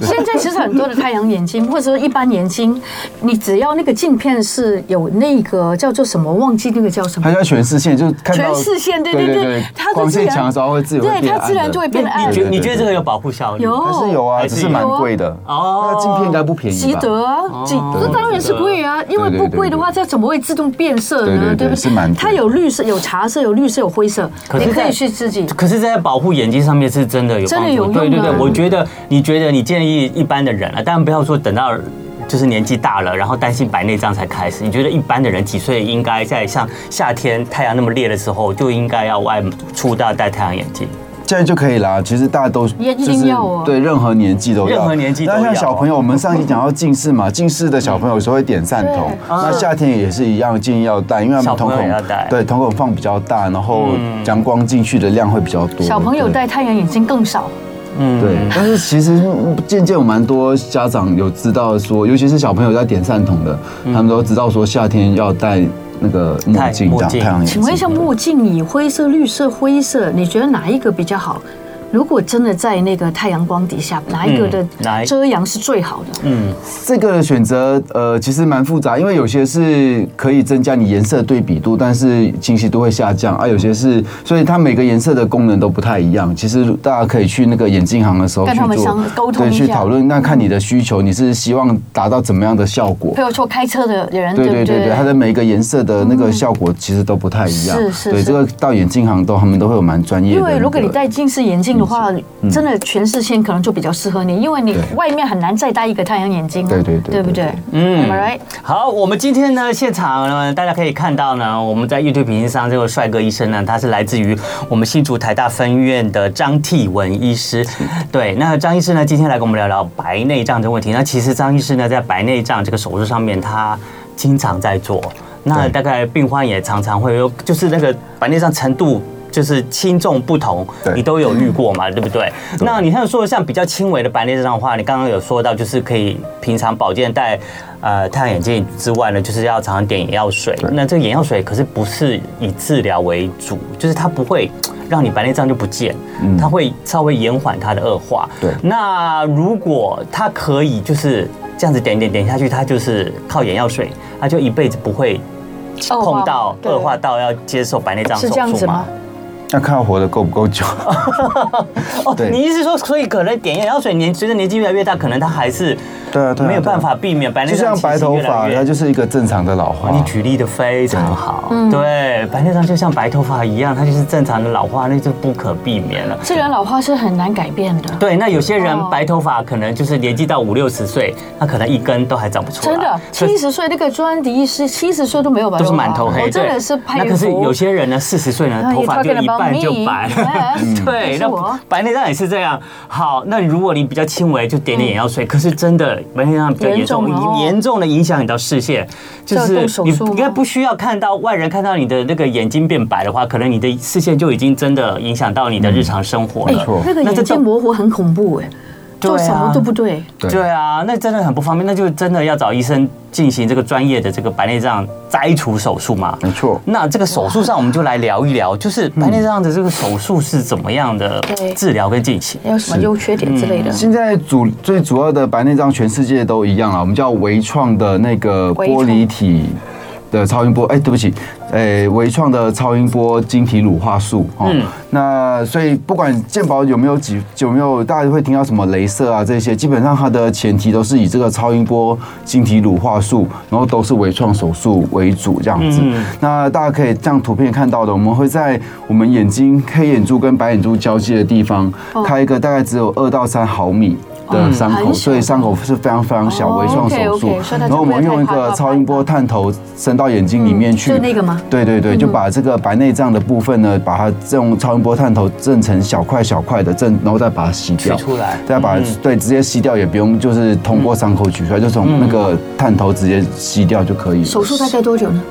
[SPEAKER 2] 现在其实很多的太阳眼镜，或者说一般眼镜，你只要那个镜片是有那个叫做什么，忘记那个叫什
[SPEAKER 4] 它
[SPEAKER 2] 么。
[SPEAKER 4] 叫全视线，就是看到
[SPEAKER 2] 全视线，对
[SPEAKER 4] 对
[SPEAKER 2] 对
[SPEAKER 4] 对
[SPEAKER 2] 对，它就
[SPEAKER 4] 光
[SPEAKER 2] 自
[SPEAKER 4] 线
[SPEAKER 2] 然
[SPEAKER 4] 强的时候会自由会
[SPEAKER 2] 对
[SPEAKER 4] 变
[SPEAKER 2] 它
[SPEAKER 4] 暗
[SPEAKER 2] 自然就会变
[SPEAKER 3] 你
[SPEAKER 2] 暗。
[SPEAKER 3] 觉
[SPEAKER 4] 对对
[SPEAKER 3] 你觉得这个有保护效力？
[SPEAKER 2] 有
[SPEAKER 4] 还是有啊，
[SPEAKER 3] 还
[SPEAKER 4] 只
[SPEAKER 3] 是
[SPEAKER 4] 是蛮贵的
[SPEAKER 3] 哦
[SPEAKER 4] 那个镜片应该不便宜
[SPEAKER 2] 值
[SPEAKER 4] 吧？
[SPEAKER 2] 得啊，这这当然是贵啊，因为
[SPEAKER 4] 对对
[SPEAKER 2] 不贵的话，
[SPEAKER 4] 对
[SPEAKER 2] 它怎么会自动变色
[SPEAKER 4] 对对
[SPEAKER 2] 呢？
[SPEAKER 4] 对
[SPEAKER 2] 对不对？
[SPEAKER 4] 是蛮贵的
[SPEAKER 2] 它有绿色、有茶色、有绿色、有灰色，
[SPEAKER 3] 可
[SPEAKER 2] 你
[SPEAKER 3] 是
[SPEAKER 2] 可以
[SPEAKER 3] 在
[SPEAKER 2] 去自己。
[SPEAKER 3] 可是，在保护眼睛上面是真的有帮助
[SPEAKER 2] 真的有用啊
[SPEAKER 3] 对对对，我觉得你觉得你建议一般的人啊，当然不要说等到就是年纪大了，然后担心白内障才开始。你觉得一般的人几岁应该在像夏天太阳那么烈的时候就应该要外出到戴太阳眼镜？
[SPEAKER 4] 这样就可以啦。其实大家都
[SPEAKER 2] 也一
[SPEAKER 4] 就
[SPEAKER 2] 定
[SPEAKER 4] 是
[SPEAKER 2] 要哦
[SPEAKER 4] 对任何年纪都要，
[SPEAKER 3] 任何年纪都
[SPEAKER 4] 那像
[SPEAKER 3] 要
[SPEAKER 4] 小朋友，我们上期讲到近视嘛，近视的小朋友有时候会点散瞳
[SPEAKER 2] 对，
[SPEAKER 4] 那夏天也是一样，建议要戴，因为他们
[SPEAKER 3] 小
[SPEAKER 4] 瞳
[SPEAKER 3] 朋友
[SPEAKER 4] 孔
[SPEAKER 3] 也要戴嗯
[SPEAKER 4] 对瞳孔放比较大，然后阳光进去的量会比较多。
[SPEAKER 2] 小朋友
[SPEAKER 4] 对
[SPEAKER 2] 戴太阳眼镜更少，
[SPEAKER 3] 嗯，
[SPEAKER 4] 对，但是其实嗯渐渐有蛮多家长有知道说，尤其是小朋友在点散瞳的，他们都知道说夏天要戴那个墨
[SPEAKER 3] 嗯
[SPEAKER 4] 镜，
[SPEAKER 3] 戴
[SPEAKER 4] 这
[SPEAKER 3] 墨
[SPEAKER 4] 样
[SPEAKER 3] 镜
[SPEAKER 4] 太阳眼
[SPEAKER 2] 请问一下，
[SPEAKER 4] 镜。
[SPEAKER 2] 墨镜以灰色、绿色、灰色，你觉得哪一个比较好？如果真的在那个太阳光底下，哪一个的
[SPEAKER 3] 嗯哪一
[SPEAKER 2] 遮阳是最好
[SPEAKER 4] 嗯
[SPEAKER 2] 的？
[SPEAKER 4] 这个选择呃其实蛮复杂，因为有些是可以增加你颜色对比度，但是清晰度会下降啊，有些是，所以它每个颜色的功能都不太一样。其实大家可以去那个眼镜行的时候
[SPEAKER 2] 跟
[SPEAKER 4] 去
[SPEAKER 2] 他们
[SPEAKER 4] 做
[SPEAKER 2] 商沟通
[SPEAKER 4] 对，
[SPEAKER 2] 一
[SPEAKER 4] 去
[SPEAKER 2] 下
[SPEAKER 4] 讨论，那看你的需求，你是希望达到怎么样的效果？
[SPEAKER 2] 譬如说开车的人，
[SPEAKER 4] 对
[SPEAKER 2] 对
[SPEAKER 4] 对
[SPEAKER 2] 不
[SPEAKER 4] 对
[SPEAKER 2] 对
[SPEAKER 4] 对，？它的每一个颜色的那个效果其实都不太一样。
[SPEAKER 2] 是是
[SPEAKER 4] 对，
[SPEAKER 2] 是
[SPEAKER 4] 这个到眼镜行都他们都会有蛮专业的
[SPEAKER 2] 因
[SPEAKER 4] 那个。
[SPEAKER 2] 为如果你戴近视眼镜的话，真的全视线可能就比较适合你，因为你
[SPEAKER 4] 对
[SPEAKER 2] 外面很难再戴一个太阳眼镜了，
[SPEAKER 4] 对对对
[SPEAKER 2] 对不对
[SPEAKER 4] 对？
[SPEAKER 2] 嗯，right，
[SPEAKER 3] 好，我们今天呢，现场呢，大家可以看到呢，我们在 YouTube 频道上这位帅哥医生呢，他是来自于我们新竹台大分院的张替文医师。对，那张医师呢，今天来跟我们聊聊白内障这个问题。那其实张医师呢，在白内障这个手术上面，他经常在做。那
[SPEAKER 4] 对
[SPEAKER 3] 大概病患也常常会有，就是那个白内障程度。就是轻重不同，
[SPEAKER 4] 对嗯
[SPEAKER 3] 你都有遇过嘛，对不对？那你像说像比较轻微的白内障的话，你刚刚有说到，就是可以平常保健戴呃太阳眼镜之外呢，就是要常常点眼药水。那这个眼药水可是不是以治疗为主，就是它不会让你白内障就不见，它会稍微延缓它的恶化。
[SPEAKER 4] 嗯对
[SPEAKER 3] 那如果它可以就是这样子点点点下去，它就是靠眼药水，它就一辈子不会
[SPEAKER 2] 恶化
[SPEAKER 3] 碰
[SPEAKER 2] 吗
[SPEAKER 3] 到
[SPEAKER 2] 哦对
[SPEAKER 3] 恶化到要接受白内障
[SPEAKER 2] 是
[SPEAKER 3] 手
[SPEAKER 2] 这样
[SPEAKER 3] 术
[SPEAKER 2] 子
[SPEAKER 3] 吗
[SPEAKER 2] 吗？？
[SPEAKER 4] 要看活得够不 够久。
[SPEAKER 3] 哦，
[SPEAKER 4] 对
[SPEAKER 3] 你意思是说，所以可能点眼药水年随着年纪越来越大，可能它还是
[SPEAKER 4] 对啊对啊
[SPEAKER 3] 没有
[SPEAKER 4] 对啊
[SPEAKER 3] 办法避免白内
[SPEAKER 4] 就
[SPEAKER 3] 障
[SPEAKER 4] 像
[SPEAKER 3] 其
[SPEAKER 4] 白
[SPEAKER 3] 实
[SPEAKER 4] 头
[SPEAKER 3] 越来
[SPEAKER 4] 发，
[SPEAKER 3] 越
[SPEAKER 4] 它就是一个正常的老化。
[SPEAKER 3] 哦你举例的非常好，对，白内障就像白头发一样，它就是正常的老化，那就不可避免了。
[SPEAKER 2] 自然老化是很难改变的。
[SPEAKER 3] 对，啊那有些人
[SPEAKER 2] 哦
[SPEAKER 3] 白头发可能就是年纪到五六十岁，他可能一根都还长不出来，
[SPEAKER 2] 真的，
[SPEAKER 3] 所以
[SPEAKER 2] 七十岁那个专迪医师，七十岁都没有白
[SPEAKER 3] 都
[SPEAKER 2] 头发，
[SPEAKER 3] 是满头黑，
[SPEAKER 2] 我真
[SPEAKER 3] 对
[SPEAKER 2] 的是佩服。
[SPEAKER 3] 那可是有些人呢，四十岁呢，
[SPEAKER 2] 哎
[SPEAKER 3] 头发就
[SPEAKER 2] you're talking
[SPEAKER 3] 一
[SPEAKER 2] about on
[SPEAKER 3] 半就
[SPEAKER 2] me
[SPEAKER 3] 白 嗯
[SPEAKER 2] 哎，
[SPEAKER 3] 对，
[SPEAKER 2] 是
[SPEAKER 3] 那
[SPEAKER 2] 我
[SPEAKER 3] 白内障也是这样。好，那如果你比较轻微，就点点眼药水。可是真的白内障比嗯较严重
[SPEAKER 2] 严重哦，
[SPEAKER 3] 严重的影响你的视线，就
[SPEAKER 2] 要
[SPEAKER 3] 是
[SPEAKER 2] 动手
[SPEAKER 3] 你
[SPEAKER 2] 术吗
[SPEAKER 3] 应该不需要看到外人看到你的那个眼睛变白的话，可能你的视线就已经真的影响到你的日常生活了。
[SPEAKER 4] 错
[SPEAKER 2] 哎那个
[SPEAKER 3] 那这
[SPEAKER 2] 眼睛
[SPEAKER 3] 动
[SPEAKER 2] 模糊很恐怖哎，做
[SPEAKER 3] 对啊
[SPEAKER 2] 什么都不对。
[SPEAKER 4] 对
[SPEAKER 3] 对啊，那真的很不方便，那就真的要找医生进行这个专业的这个白内障摘除手术嘛。
[SPEAKER 4] 没错嗯
[SPEAKER 3] 那这个手术上，我们就来聊一聊，就是白内障的这个手术是怎么样的
[SPEAKER 2] 对
[SPEAKER 3] 治疗跟进行。
[SPEAKER 2] 有什么优缺点之
[SPEAKER 3] 嗯
[SPEAKER 2] 类的？
[SPEAKER 4] 现在主最主要的白内障，全世界都一样了。我们叫微创的那个玻璃体的超音波，哎，对不起，哎，微创的超音波晶体乳化术。哦，
[SPEAKER 3] 嗯
[SPEAKER 4] 那所以不管健保有没有几有没有，大家会听到什么镭射啊这些，基本上它的前提都是以这个超音波晶体乳化术，然后都是微创手术为主这样子。
[SPEAKER 3] 嗯
[SPEAKER 4] 那大家可以像图片看到的，我们会在我们眼睛黑眼珠跟白眼珠交界的地方
[SPEAKER 3] 哦
[SPEAKER 4] 开一个大概只有二到三毫米。
[SPEAKER 3] 嗯
[SPEAKER 4] 的伤口，
[SPEAKER 2] 很小
[SPEAKER 4] 所以伤口是非常非常小，
[SPEAKER 2] 哦
[SPEAKER 4] 微创手术
[SPEAKER 2] OK，OK，所以。它
[SPEAKER 4] 然后我们用一个超音波探头伸到眼睛里面
[SPEAKER 2] 嗯
[SPEAKER 4] 去，
[SPEAKER 2] 就那个嗯吗？
[SPEAKER 4] 对对对，就把这个白内障的部分呢，把它用超音波探头震成小块小块的震，然后再把它吸掉
[SPEAKER 3] 取，出来
[SPEAKER 4] 再把
[SPEAKER 3] 嗯
[SPEAKER 4] 对直接吸掉，也不用就是
[SPEAKER 2] 嗯
[SPEAKER 4] 通过伤口取出来，就从那个探头直接吸掉就可以了。
[SPEAKER 2] 手术大概多久呢？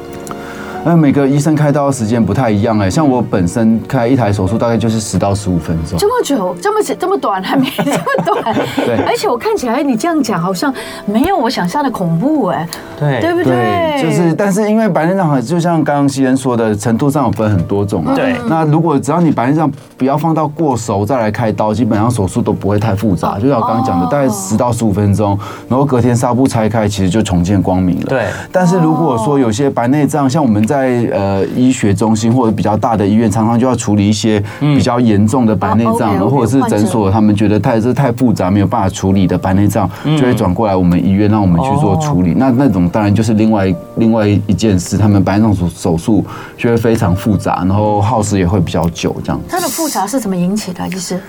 [SPEAKER 4] 那每个医生开刀的时间不太一样哎，像
[SPEAKER 2] 嗯
[SPEAKER 4] 我本身开一台手术大概就是十到十五分钟
[SPEAKER 2] 这。么久，这么久这么短，还 没这么短。
[SPEAKER 4] 对
[SPEAKER 2] 而且我看起来你这样讲，好像没有我想象的恐怖哎，
[SPEAKER 3] 对
[SPEAKER 2] 对不对？
[SPEAKER 4] 就是，但是因为白内障很就像刚刚西恩说的，程度上有分很多种啊。
[SPEAKER 3] 对
[SPEAKER 4] 那如果只要你白内障不要放到过熟再来开刀，基本上手术都不会太复杂。就像我刚刚讲的，大概十到十五分钟，然后隔天纱布拆开，其实就重见光明了。
[SPEAKER 3] 对
[SPEAKER 4] 但是如果说有些白内障，像我们在呃医学中心或者比较大的医院，常常就要处理一些比较严重的白内
[SPEAKER 2] 啊
[SPEAKER 4] 障，
[SPEAKER 2] ，OK，OK，
[SPEAKER 4] 然后或者是诊所他们觉得太这太复杂，没有办法处理的白内障，就会转过来我们医院让我们去做处理。那那种当然就是另外另外一件事，他们白内障手手术就会非常复杂，然后耗时也会比较久这样子。
[SPEAKER 2] 它的复杂是怎么引起的啊？医师，
[SPEAKER 4] 哦
[SPEAKER 2] 嗯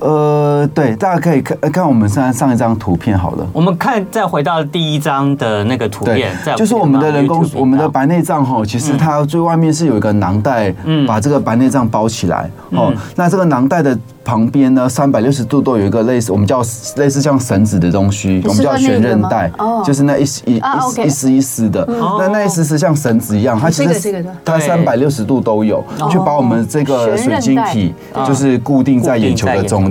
[SPEAKER 4] 呃，对，大家可以看看我们上上一张图片好了。
[SPEAKER 3] 我们看，再回到第一张的那个图
[SPEAKER 4] 对
[SPEAKER 3] 片，在，
[SPEAKER 4] 就是我们的人工
[SPEAKER 3] YouTube，嗯
[SPEAKER 4] 我们的白内障吼，其实它最外面是有一个囊袋，把这个白内障包起来
[SPEAKER 3] 嗯
[SPEAKER 4] 哦。那这个囊袋的旁边呢，三百六十度都有一个类似我们叫类似像绳子的东西，
[SPEAKER 2] 是
[SPEAKER 4] 我们叫
[SPEAKER 2] 说那个
[SPEAKER 4] 悬韧
[SPEAKER 2] 吗
[SPEAKER 4] 带
[SPEAKER 2] 哦，
[SPEAKER 4] 就是那一丝一
[SPEAKER 2] 啊
[SPEAKER 4] 一丝
[SPEAKER 2] OK 嗯
[SPEAKER 4] 一丝一丝的。那那一丝丝像绳子一样，它其
[SPEAKER 2] 这个这个
[SPEAKER 4] 实
[SPEAKER 2] 这个哦
[SPEAKER 4] 它
[SPEAKER 3] 对
[SPEAKER 4] 三百六十度都有，去把我们这个
[SPEAKER 2] 悬
[SPEAKER 4] 水
[SPEAKER 2] 韧
[SPEAKER 4] 晶
[SPEAKER 2] 带
[SPEAKER 4] 体就是固定在
[SPEAKER 3] 固定
[SPEAKER 4] 眼球
[SPEAKER 3] 在
[SPEAKER 4] 的
[SPEAKER 3] 眼球
[SPEAKER 4] 中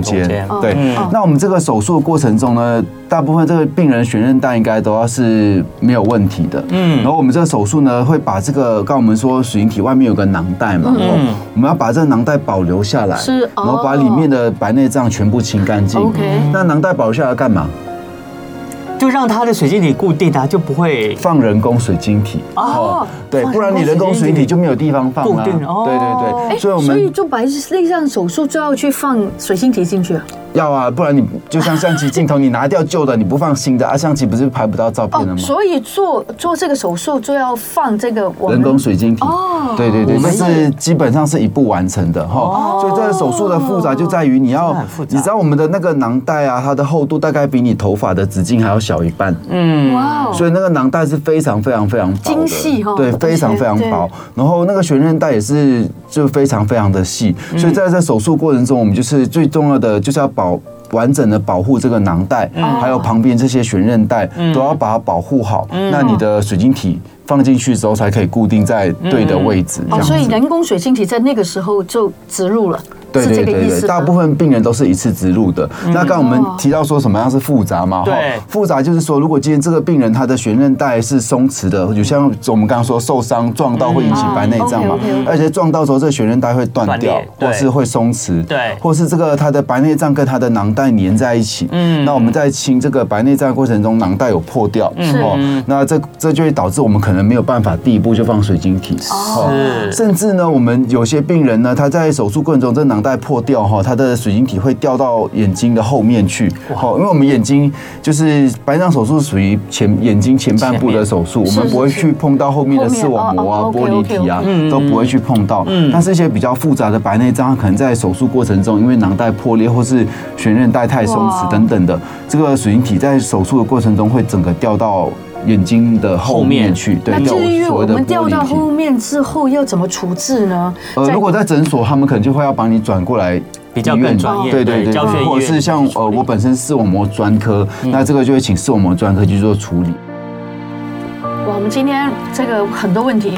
[SPEAKER 3] 中间
[SPEAKER 4] 间。对
[SPEAKER 2] 嗯嗯，
[SPEAKER 4] 那我们这个手术的过程中呢，大部分这个病人悬韧带应该都要是没有问题的。嗯，然后我们这个手术呢，会把这个刚刚我们说水晶体外面有个囊袋嘛，嗯，我们要把这个囊袋保留下来，
[SPEAKER 2] 是哦
[SPEAKER 4] 然后把里面的白内障全部清干净。
[SPEAKER 2] OK
[SPEAKER 4] 那囊袋保留下来干嘛？
[SPEAKER 3] 就让它的水晶体固定啊，就不会
[SPEAKER 4] 放人工水晶体。
[SPEAKER 2] 哦
[SPEAKER 4] 对，
[SPEAKER 3] 放
[SPEAKER 4] 不然你人工水晶体就没有地方放了、
[SPEAKER 3] 固定哦
[SPEAKER 4] 对对
[SPEAKER 2] 哎
[SPEAKER 4] 对，所以我
[SPEAKER 2] 所以
[SPEAKER 4] 们
[SPEAKER 2] 做白内障手术就要去放水晶体进去啊？
[SPEAKER 4] 要啊，不然你就像相机镜头，你拿掉旧的，你不放新的啊，相机不是拍不到照片了
[SPEAKER 2] 哦，
[SPEAKER 4] 吗？
[SPEAKER 2] 所以做做这个手术就要放这个我们
[SPEAKER 4] 人工水晶体。
[SPEAKER 2] 哦
[SPEAKER 4] 对对对，
[SPEAKER 3] 我
[SPEAKER 4] 但
[SPEAKER 3] 们
[SPEAKER 4] 是基本上是一步完成的哈。所以这个手术的复杂就在于你
[SPEAKER 3] 真
[SPEAKER 4] 要
[SPEAKER 3] 啊的很复，杂
[SPEAKER 4] 你知道我们的那个囊袋啊，它的厚度大概比你头发的直径还要小一半，
[SPEAKER 3] 嗯
[SPEAKER 2] 哇哦，
[SPEAKER 4] 所以那个囊袋是非常非常非常薄的，
[SPEAKER 2] 精细哦
[SPEAKER 4] 对，非常非常薄。然后那个悬韧带也是就非常非常的细，所以在这手术过程中，我们就是最重要的就是要保。完整的保护这个囊袋，
[SPEAKER 2] 嗯
[SPEAKER 4] 还有旁边这些悬韧带，都要把它保护好。
[SPEAKER 2] 嗯
[SPEAKER 4] 那你的水晶体放进去之后，才可以固定在对的位置。这
[SPEAKER 2] 哦，
[SPEAKER 4] 样子
[SPEAKER 2] 所以人工水晶体在那个时候就植入了，
[SPEAKER 4] 对
[SPEAKER 2] 是
[SPEAKER 4] 对
[SPEAKER 2] 这个
[SPEAKER 4] 对
[SPEAKER 2] 意
[SPEAKER 4] 对，
[SPEAKER 2] 思吗。嗯
[SPEAKER 4] 大部分病人都是一次植入的。那刚刚我们提到说什么样是复杂嘛？
[SPEAKER 3] 对
[SPEAKER 4] 哈复杂就是说，如果今天这个病人他的悬韧带是松弛的，有像我们刚刚说受伤撞到会引起白内障嘛
[SPEAKER 2] 嗯哦，，OK，OK，OK
[SPEAKER 4] 而且撞到之后这个悬韧带会断
[SPEAKER 3] 断裂
[SPEAKER 4] 掉，
[SPEAKER 3] 对
[SPEAKER 4] 或是会松弛，
[SPEAKER 3] 对
[SPEAKER 4] 或是这个他的白内障跟他的囊袋粘在一起。嗯，那我们在清这个白内障的过程中，囊袋有破掉，
[SPEAKER 2] 是
[SPEAKER 4] 哦，那这这就会导致我们可能没有办法第一步就放水晶体，哦
[SPEAKER 3] 是
[SPEAKER 4] 甚至呢，我们有些病人呢，他在手术过程中，这囊袋破掉哈，他的水晶体会掉到眼睛的后面去。好，因为我们眼睛就是白内障手术属于前眼睛前半部的手术，我
[SPEAKER 2] 是
[SPEAKER 4] 们
[SPEAKER 2] 是
[SPEAKER 4] 不会
[SPEAKER 2] 是
[SPEAKER 4] 去碰到后面的
[SPEAKER 2] 后面
[SPEAKER 4] 视网膜啊、
[SPEAKER 2] 哦哦
[SPEAKER 4] 玻璃体啊
[SPEAKER 2] OK，OK，OK，
[SPEAKER 4] 都不会去碰到。但是一些比较复杂的白内障，它可能在手术过程中，因为囊袋破裂或是悬韧带太松
[SPEAKER 2] 哇
[SPEAKER 4] 弛等等的，这个水晶体在手术的过程中会整个掉到。眼睛的后面去。对，
[SPEAKER 2] 那
[SPEAKER 4] 叫
[SPEAKER 2] 至于
[SPEAKER 4] 所
[SPEAKER 2] 我
[SPEAKER 4] 谓的
[SPEAKER 2] 们掉
[SPEAKER 4] 玻璃
[SPEAKER 2] 到
[SPEAKER 4] 体
[SPEAKER 2] 后面之后要怎么处置呢？
[SPEAKER 4] 呃，
[SPEAKER 2] 在
[SPEAKER 4] 如果在诊所，他们可能就会要把你转过来
[SPEAKER 3] 比较
[SPEAKER 4] 医院
[SPEAKER 3] 更专
[SPEAKER 2] 哦
[SPEAKER 3] 业
[SPEAKER 4] 哦对
[SPEAKER 3] 对
[SPEAKER 4] 对对，
[SPEAKER 3] 教学医院
[SPEAKER 4] 或者是像
[SPEAKER 3] 处
[SPEAKER 4] 呃，
[SPEAKER 3] 理嗯
[SPEAKER 4] 我本身视网膜专科，那这个就会请视网膜专科去做处理。
[SPEAKER 2] 哇，我们今天这个很多问 题，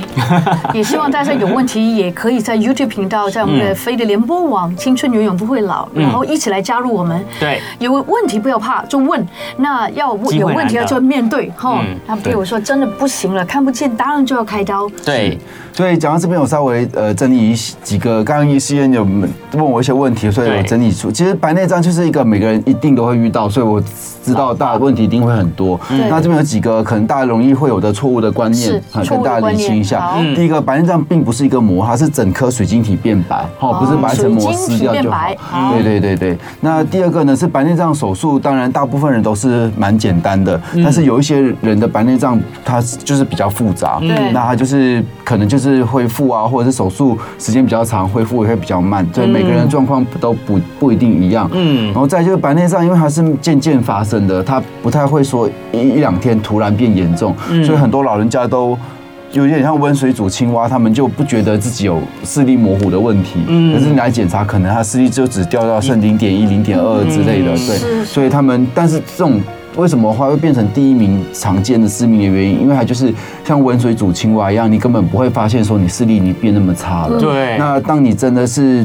[SPEAKER 2] 也希望大家有问题也可以在 YouTube 频道，在我们的飞碟联播网“青春永远不会老”，
[SPEAKER 4] 嗯
[SPEAKER 2] 然后一起来加入我们。
[SPEAKER 3] 对，
[SPEAKER 2] 有问题不要怕，就问。那要问
[SPEAKER 3] 机
[SPEAKER 2] 有
[SPEAKER 3] 会难得
[SPEAKER 2] 问题要就面对哈
[SPEAKER 3] 嗯。
[SPEAKER 2] 那比如说真的不行了，看不见，当然就要开刀。
[SPEAKER 3] 对，
[SPEAKER 4] 所以讲到这边，我稍微呃整理一些几个，刚刚医师有问我一些问题，所以
[SPEAKER 3] 对
[SPEAKER 4] 我整理出，其实白内障就是一个每个人一定都会遇到，所以我知道大家问题一定会很多。
[SPEAKER 3] 嗯
[SPEAKER 2] 对
[SPEAKER 4] 那这边有几个可能大家容易会有的错误的观
[SPEAKER 2] 是
[SPEAKER 4] 念，呃
[SPEAKER 2] 错误
[SPEAKER 4] 跟
[SPEAKER 2] 的
[SPEAKER 4] 大家
[SPEAKER 2] 观
[SPEAKER 4] 理
[SPEAKER 2] 念
[SPEAKER 4] 清一下
[SPEAKER 2] 好。
[SPEAKER 3] 嗯
[SPEAKER 4] 第一个，白内障并不是一个膜，它是整颗水晶体变白，哦，不是白成膜
[SPEAKER 2] 嗯水晶
[SPEAKER 4] 撕掉
[SPEAKER 2] 体
[SPEAKER 4] 就
[SPEAKER 2] 变
[SPEAKER 4] 好
[SPEAKER 2] 白好。
[SPEAKER 4] 对对对对。那第二个呢是白内障手术，当然大部分人都是蛮简单的，但是有一些人的白内障它就是比较复杂。
[SPEAKER 2] 对
[SPEAKER 4] 那它就是可能就是恢复啊，或者是手术时间比较长，恢复也会比较慢，所以每个人的状况都不不一定一样。
[SPEAKER 3] 嗯
[SPEAKER 4] 嗯，然后再就是白内障，因为它是渐渐发生的，它不太会说一一两天突然变严重，
[SPEAKER 2] 嗯
[SPEAKER 4] 所以很多老人家都。有点像温水煮青蛙，他们就不觉得自己有视力模糊的问题，
[SPEAKER 2] 嗯
[SPEAKER 4] 可是你来检查，可能他视力就只掉到剩零点一、零点二之类的，
[SPEAKER 2] 嗯是
[SPEAKER 4] 对，所以他们，但是这种为什么它会变成第一名常见的失明的原因，因为它就是像温水煮青蛙一样，你根本不会发现说你视力已经变那么差了，
[SPEAKER 3] 对
[SPEAKER 4] 那当你真的是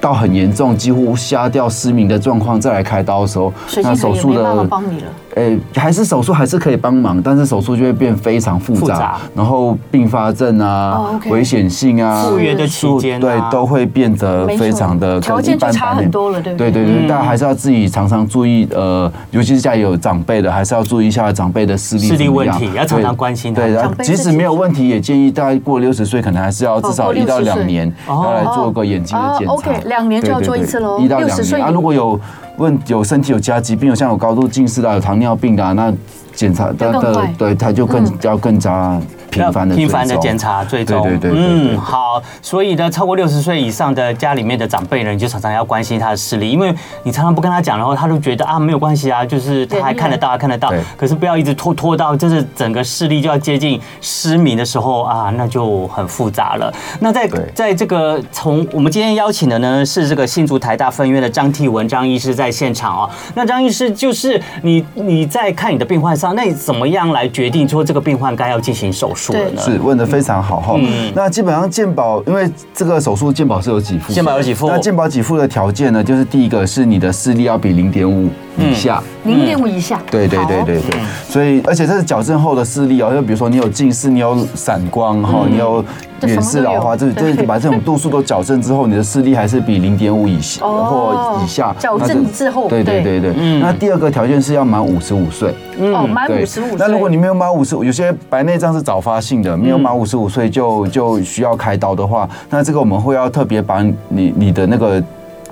[SPEAKER 4] 到很严重，几乎瞎掉失明的状况再来开刀的时候
[SPEAKER 2] 水，晶
[SPEAKER 4] 那手
[SPEAKER 2] 体也
[SPEAKER 4] 术
[SPEAKER 2] 没办法
[SPEAKER 4] 的
[SPEAKER 2] 帮你了。
[SPEAKER 4] 诶，还是手术还是可以帮忙，但是手术就会变非常复杂，
[SPEAKER 3] 复杂
[SPEAKER 4] 然后并发症啊、
[SPEAKER 2] 哦，OK
[SPEAKER 4] 危险性啊、
[SPEAKER 3] 复原的期间啊
[SPEAKER 4] 对，都会变得非常的
[SPEAKER 2] 没错条件就差很多了对不对嗯
[SPEAKER 4] 对对对，大家还是要自己常常注意，呃，尤其是家里有长辈的，还是要注意一下长辈的视力
[SPEAKER 3] 视力
[SPEAKER 4] 怎么
[SPEAKER 3] 问
[SPEAKER 4] 样
[SPEAKER 3] 题要常常
[SPEAKER 4] 对
[SPEAKER 3] 关心他
[SPEAKER 4] 对，然
[SPEAKER 2] 长
[SPEAKER 4] 后
[SPEAKER 2] 辈
[SPEAKER 4] 即
[SPEAKER 2] 自
[SPEAKER 4] 使
[SPEAKER 2] 己
[SPEAKER 4] 没有问题，也建议大概过六十岁，可能还是要
[SPEAKER 2] 哦
[SPEAKER 4] 至
[SPEAKER 2] 过
[SPEAKER 4] 少一
[SPEAKER 2] 60
[SPEAKER 4] 到两
[SPEAKER 2] 岁
[SPEAKER 4] 年，
[SPEAKER 3] 哦
[SPEAKER 4] 要来做个眼睛的检查。
[SPEAKER 2] 哦，OK，两年就要
[SPEAKER 4] 对对
[SPEAKER 2] 做一次
[SPEAKER 4] 对
[SPEAKER 2] 咯
[SPEAKER 4] 一到两
[SPEAKER 2] 60岁
[SPEAKER 4] 年啊，如果有问有身体有其他疾病，有像有高度近视的啊、有糖尿病的啊，那检查
[SPEAKER 2] 要
[SPEAKER 4] 的
[SPEAKER 2] 更快嗯
[SPEAKER 4] 的对，它就更要更加频繁的
[SPEAKER 3] 频繁的检查追踪，
[SPEAKER 4] 对对对对对
[SPEAKER 3] 嗯，好，所以呢，超过六十岁以上的家里面的长辈呢，你就常常要关心他的视力，因为你常常不跟他讲，然后他就觉得啊没有关系啊，就是他还看得到，还看得到
[SPEAKER 4] 对，
[SPEAKER 3] 可是不要一直拖拖到就是整个视力就要接近失明的时候啊，那就很复杂了。那在
[SPEAKER 4] 对
[SPEAKER 3] 在这个从我们今天邀请的呢是这个新竹台大分院的张替文张医师在现场哦，那张医师就是你你在看你的病患上，那你怎么样来决定说这个病患该要进行手术了呢？
[SPEAKER 4] 是问的非常好哈、
[SPEAKER 3] 嗯
[SPEAKER 4] 那基本上健保，因为这个手术健保是有给付的，
[SPEAKER 3] 健保有给付
[SPEAKER 4] 那健保给付的条件呢，就是第一个是你的视力要比零点五
[SPEAKER 3] 嗯
[SPEAKER 4] 以下。
[SPEAKER 2] 零点五以下。
[SPEAKER 4] 嗯对对
[SPEAKER 2] 好
[SPEAKER 4] 对对对，所以而且这是矫正后的视力哦，就比如说你有近视，你有散光哈，
[SPEAKER 3] 嗯
[SPEAKER 4] 你有远视老花，
[SPEAKER 2] 这什么
[SPEAKER 4] 这
[SPEAKER 2] 都有
[SPEAKER 4] 这把这种度数都矫正之后，你的视力还是比零点五以下
[SPEAKER 2] 哦
[SPEAKER 4] 或以下。
[SPEAKER 2] 矫正
[SPEAKER 4] 那这
[SPEAKER 2] 之后
[SPEAKER 4] 对对对对。
[SPEAKER 3] 嗯
[SPEAKER 4] 那第二个条件是要满五十五岁，
[SPEAKER 2] 哦，满
[SPEAKER 4] 对
[SPEAKER 2] 五十五。
[SPEAKER 4] 那如果你没有满五十五，有些白内障是早发性的，没有满五十五岁就就需要开刀的话，那这个我们会要特别把你你的那个。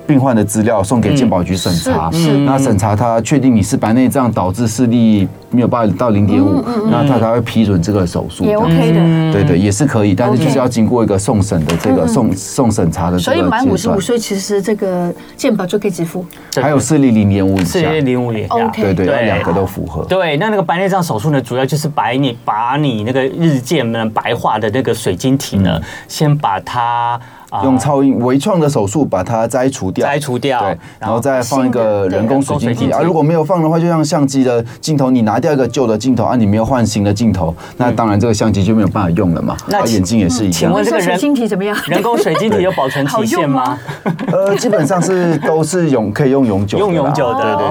[SPEAKER 4] 病患的资料送给健保局审查，
[SPEAKER 2] 是嗯是
[SPEAKER 4] 那审查他确定你是白内障导致视力没有办法到零点五，
[SPEAKER 2] 嗯
[SPEAKER 4] 那他才会批准这个手术。
[SPEAKER 2] 也 OK 的。
[SPEAKER 4] 对对，也是可以，但是
[SPEAKER 2] OK 嗯
[SPEAKER 4] 就是要经过一个送审的这个送送审查的这
[SPEAKER 2] 所
[SPEAKER 4] 个
[SPEAKER 2] 以
[SPEAKER 4] 阶
[SPEAKER 2] 满
[SPEAKER 4] 段。
[SPEAKER 2] 五十五岁，其实这个健保就可以给付。
[SPEAKER 4] 还有视力零点五以
[SPEAKER 3] 四
[SPEAKER 4] 下，
[SPEAKER 3] 零五以下。
[SPEAKER 2] OK
[SPEAKER 4] 对对，要
[SPEAKER 3] 对
[SPEAKER 4] 两个都符合。
[SPEAKER 3] 啊对，那那个白内障手术呢，主要就是把你把你那个日渐呢白化的那个水晶体呢，先把它、啊
[SPEAKER 4] 嗯用超音微创的手术把它摘除掉，
[SPEAKER 3] 摘除掉
[SPEAKER 4] 对，
[SPEAKER 3] 然
[SPEAKER 4] 然
[SPEAKER 3] 后
[SPEAKER 4] 后再放一个人工水晶
[SPEAKER 3] 人工水晶
[SPEAKER 4] 体
[SPEAKER 3] 体
[SPEAKER 4] 啊。如果没有放的话，就像相机的镜头，你拿掉一个旧的镜头啊，你没有换新的镜头，那当然这个相机就没有办法用了嘛。
[SPEAKER 3] 嗯那
[SPEAKER 4] 啊
[SPEAKER 3] 请
[SPEAKER 4] 眼睛也是一
[SPEAKER 3] 请
[SPEAKER 4] 样
[SPEAKER 3] 问。这个
[SPEAKER 2] 那水
[SPEAKER 3] 人
[SPEAKER 2] 晶体怎么样？
[SPEAKER 3] 人工水晶体有保存期限吗？
[SPEAKER 4] 呃，基本上是都是永可以用永久的啦，
[SPEAKER 3] 用永久的，
[SPEAKER 4] 对对对对。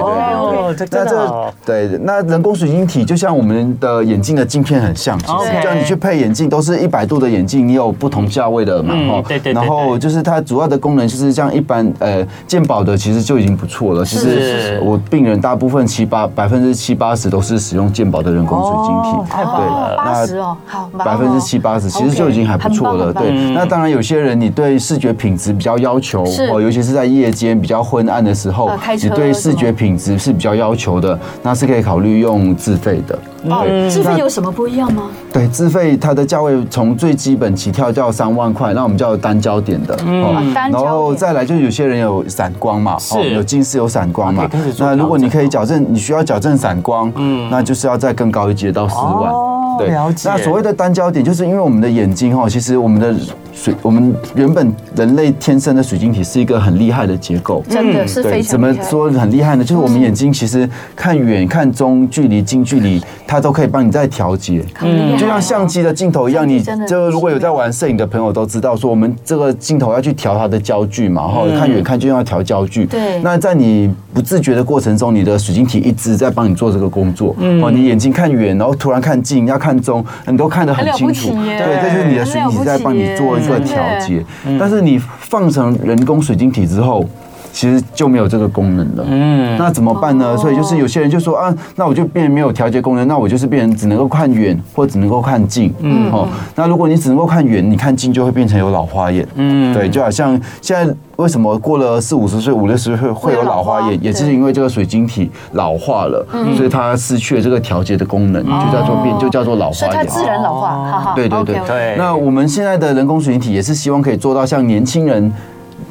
[SPEAKER 3] 哦，这真
[SPEAKER 4] 那
[SPEAKER 3] 的哦
[SPEAKER 4] 这对，那人工水晶体就像我们的眼镜的镜片很像，其
[SPEAKER 3] OK
[SPEAKER 4] 实叫你去配眼镜都是一百度的眼镜，你有不同价位的嘛，
[SPEAKER 3] 嗯
[SPEAKER 4] 吼
[SPEAKER 3] 对对对
[SPEAKER 4] 然后就是它主要的功能就是像一般呃鉴宝的其实就已经不错了，其
[SPEAKER 3] 是
[SPEAKER 4] 实我病人大部分七八百分之七八十都是使用鉴宝的人工水晶
[SPEAKER 3] 哦
[SPEAKER 4] 体，
[SPEAKER 3] 太棒了
[SPEAKER 2] 八
[SPEAKER 4] 那
[SPEAKER 2] 十哦，好，蛮好
[SPEAKER 4] 百分之七八十，其实就已经还不错
[SPEAKER 2] OK，
[SPEAKER 4] 了。
[SPEAKER 2] 很棒
[SPEAKER 4] 对
[SPEAKER 2] 很棒，
[SPEAKER 4] 那当然有些人你对视觉品质比较要求哦
[SPEAKER 2] 是，
[SPEAKER 4] 尤其是在夜间比较昏暗的时候
[SPEAKER 2] 呃开，车
[SPEAKER 4] 你对视觉品质是比较要求的，那是可以考虑用自费的。
[SPEAKER 2] 哦，
[SPEAKER 3] 嗯
[SPEAKER 4] 对
[SPEAKER 2] 自费
[SPEAKER 4] 那
[SPEAKER 2] 有什么不一样吗？
[SPEAKER 4] 对，自费它的价位从最基本起跳叫三万块，那我们叫单焦点的，哦
[SPEAKER 2] 啊单
[SPEAKER 4] 然
[SPEAKER 2] 焦
[SPEAKER 4] 后
[SPEAKER 2] 点
[SPEAKER 4] 再来就有些人有散光嘛，哦
[SPEAKER 3] 是
[SPEAKER 4] 有近视有散光
[SPEAKER 3] 啊
[SPEAKER 4] 嘛
[SPEAKER 3] 可以开始，做
[SPEAKER 4] 那如果你
[SPEAKER 3] 调整
[SPEAKER 4] 可以
[SPEAKER 3] 哦
[SPEAKER 4] 矫正，你需要矫正散光，
[SPEAKER 3] 嗯
[SPEAKER 4] 那就是要再更高一阶到四万。
[SPEAKER 3] 哦
[SPEAKER 4] 对
[SPEAKER 3] 了，解
[SPEAKER 4] 那所谓的单焦点，就是因为我们的眼睛哦哈，其实我们的水，我们原本人类天生的水晶体是一个很厉害的结构，
[SPEAKER 2] 真的嗯是非
[SPEAKER 4] 嗯对，
[SPEAKER 2] 常
[SPEAKER 4] 怎么
[SPEAKER 2] 厉害
[SPEAKER 4] 说很厉害呢？就是我们眼睛其实看远、看中距离、近距离，它都可以帮你再调节。
[SPEAKER 2] 很厉害嗯
[SPEAKER 4] 就像相机的镜头一样，
[SPEAKER 2] 相机
[SPEAKER 4] 你
[SPEAKER 2] 真的
[SPEAKER 4] 就是如果有在玩摄影的朋友都知道，说我们这个镜头要去调它的焦距嘛，哈，看远看就要调焦距。
[SPEAKER 2] 嗯对
[SPEAKER 4] 那在你不自觉的过程中，你的水晶体一直在帮你做这个工作。哦，你眼睛看远，然后突然看近，要看中，你都看得很
[SPEAKER 2] 很了
[SPEAKER 4] 清
[SPEAKER 2] 不
[SPEAKER 4] 楚。
[SPEAKER 2] 起耶
[SPEAKER 4] 对，这就是你的水晶体在帮你做一个调节。但是你放成人工水晶体之后。其实就没有这个功能了。嗯，那怎么办
[SPEAKER 2] 哦
[SPEAKER 4] 呢？所以就是有些人就说啊，那我就变没有调节功能，那我就是变成只能够看远或只能够看近。嗯，哦，那如果你只能够看远，你看近就会变成有老花眼。嗯，对，就好像现在为什么过了四五十岁、五六十岁会有老花眼，
[SPEAKER 2] 对嗯
[SPEAKER 4] 也就是因为这个水晶体老化了，所以它失去了这个调节的功能，就叫做变，就叫做老
[SPEAKER 2] 哦所
[SPEAKER 4] 花
[SPEAKER 2] 以它
[SPEAKER 4] 眼。
[SPEAKER 2] 自然老化，哈哈。
[SPEAKER 4] 对对对
[SPEAKER 2] OK，OK
[SPEAKER 3] 对
[SPEAKER 4] 那我们现在的人工水晶体也是希望可以做到像年轻人，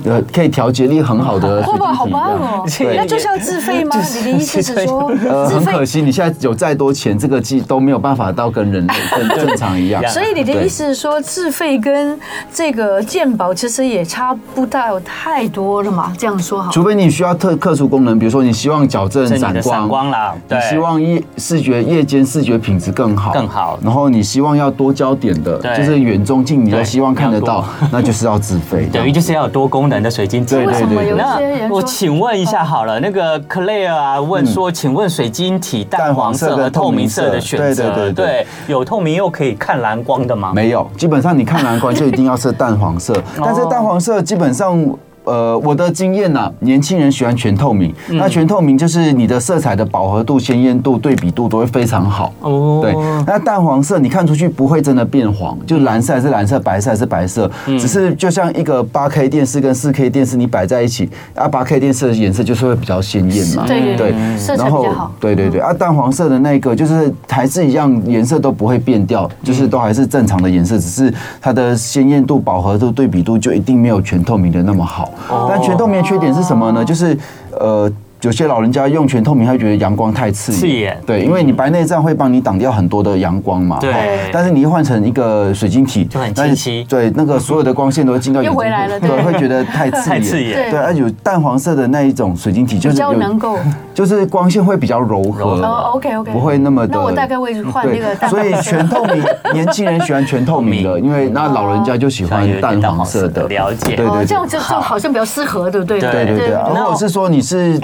[SPEAKER 4] 呃，可以调节力很好的水
[SPEAKER 2] 哇，
[SPEAKER 4] 晶
[SPEAKER 2] 好
[SPEAKER 4] 体一
[SPEAKER 2] 棒
[SPEAKER 4] 样。
[SPEAKER 2] 哦！
[SPEAKER 3] 对
[SPEAKER 2] 那就是要自费吗？你的意思是说
[SPEAKER 4] 呃，
[SPEAKER 2] 自
[SPEAKER 4] 很
[SPEAKER 2] 费
[SPEAKER 4] 可惜，你现在有再多钱，这个技都没有办法到跟人类 跟正常一样。
[SPEAKER 2] 所以你的意思是说，自费跟这个鉴宝其实也差不到太多了嘛？这样说好。
[SPEAKER 4] 除非你需要特特殊功能，比如说你希望矫正
[SPEAKER 3] 是你
[SPEAKER 4] 散
[SPEAKER 3] 的散
[SPEAKER 4] 光
[SPEAKER 3] 光。啦，
[SPEAKER 4] 你
[SPEAKER 3] 对，
[SPEAKER 4] 希望夜视觉夜间视觉品质更好，
[SPEAKER 3] 更好
[SPEAKER 4] 然后你希望要多焦点的，
[SPEAKER 3] 对
[SPEAKER 4] 就是远中近你都
[SPEAKER 3] 对
[SPEAKER 4] 希望看得
[SPEAKER 3] 要
[SPEAKER 4] 到
[SPEAKER 3] 多，
[SPEAKER 4] 那就是要自 费。
[SPEAKER 3] 等于就是要有多功能的水晶体。
[SPEAKER 4] 对
[SPEAKER 2] 为什么有
[SPEAKER 3] 那
[SPEAKER 2] 些人
[SPEAKER 3] 我
[SPEAKER 2] 说
[SPEAKER 3] 请问一下好了，那个 Claire 啊
[SPEAKER 4] 嗯
[SPEAKER 3] 问说，请问水晶体淡黄色和透明色的选择，
[SPEAKER 4] 淡黄色跟透明色对对对对
[SPEAKER 3] 有透明又可以看蓝光的吗？
[SPEAKER 4] 没有，基本上你看蓝光就一定要是淡黄色，但是淡黄色基本上。呃，我的经验呐、年轻人喜欢全透明。那全透明就是你的色彩的饱和度、鲜艳度、对比度都会非常好。
[SPEAKER 3] 哦
[SPEAKER 4] 对，那淡黄色你看出去不会真的变黄，就蓝色还是蓝色，白色还是白色，
[SPEAKER 2] 嗯
[SPEAKER 4] 只是就像一个八 K 电视跟四 K 电视你摆在一起，啊，八 K 电视的颜色就是会比较鲜艳嘛。
[SPEAKER 2] 对对对色彩
[SPEAKER 4] 然
[SPEAKER 2] 比
[SPEAKER 4] 后
[SPEAKER 2] 较好嗯
[SPEAKER 4] 对对对，啊，淡黄色的那个就是还是一样，颜色都不会变掉，就是
[SPEAKER 2] 嗯
[SPEAKER 4] 都还是正常的颜色，只是它的鲜艳度、饱和度、对比度就一定没有全透明的那么好。
[SPEAKER 2] 哦
[SPEAKER 4] 但全透明的缺点是什么呢？就是呃。有些老人家用全透明，他会觉得阳光太刺眼。
[SPEAKER 3] 刺眼
[SPEAKER 4] 对，因为你白内障会帮你挡掉很多的阳光嘛。
[SPEAKER 3] 对
[SPEAKER 4] 哦但是你一换成一个水晶体，
[SPEAKER 3] 就很
[SPEAKER 4] 那
[SPEAKER 3] 清晰
[SPEAKER 4] 对，那个所有的光线都会进到眼睛
[SPEAKER 2] 又
[SPEAKER 4] 里，
[SPEAKER 2] 回来了对
[SPEAKER 4] 对，会觉得太刺眼。
[SPEAKER 3] 太刺眼
[SPEAKER 4] 对，而啊且有淡黄色的那一种水晶体，就
[SPEAKER 2] 比
[SPEAKER 4] 是有
[SPEAKER 2] 较能够
[SPEAKER 4] 就是光线会比较柔和
[SPEAKER 3] 柔
[SPEAKER 2] 哦，OK OK，
[SPEAKER 4] 不会那么的。
[SPEAKER 2] 那我大概会换那个
[SPEAKER 4] 对，
[SPEAKER 2] 蛋
[SPEAKER 4] 所
[SPEAKER 2] 白
[SPEAKER 4] 以
[SPEAKER 2] 粉
[SPEAKER 4] 全透明，年轻人喜欢全透明的，因为那老人家就喜
[SPEAKER 3] 哦
[SPEAKER 4] 欢淡黄色的。对
[SPEAKER 3] 了解。
[SPEAKER 4] 对
[SPEAKER 2] 哦，
[SPEAKER 4] 对
[SPEAKER 2] 这样就就好像比较适合，对不对？
[SPEAKER 3] 对
[SPEAKER 4] 对对对，啊
[SPEAKER 3] 那
[SPEAKER 4] 或者是说你 是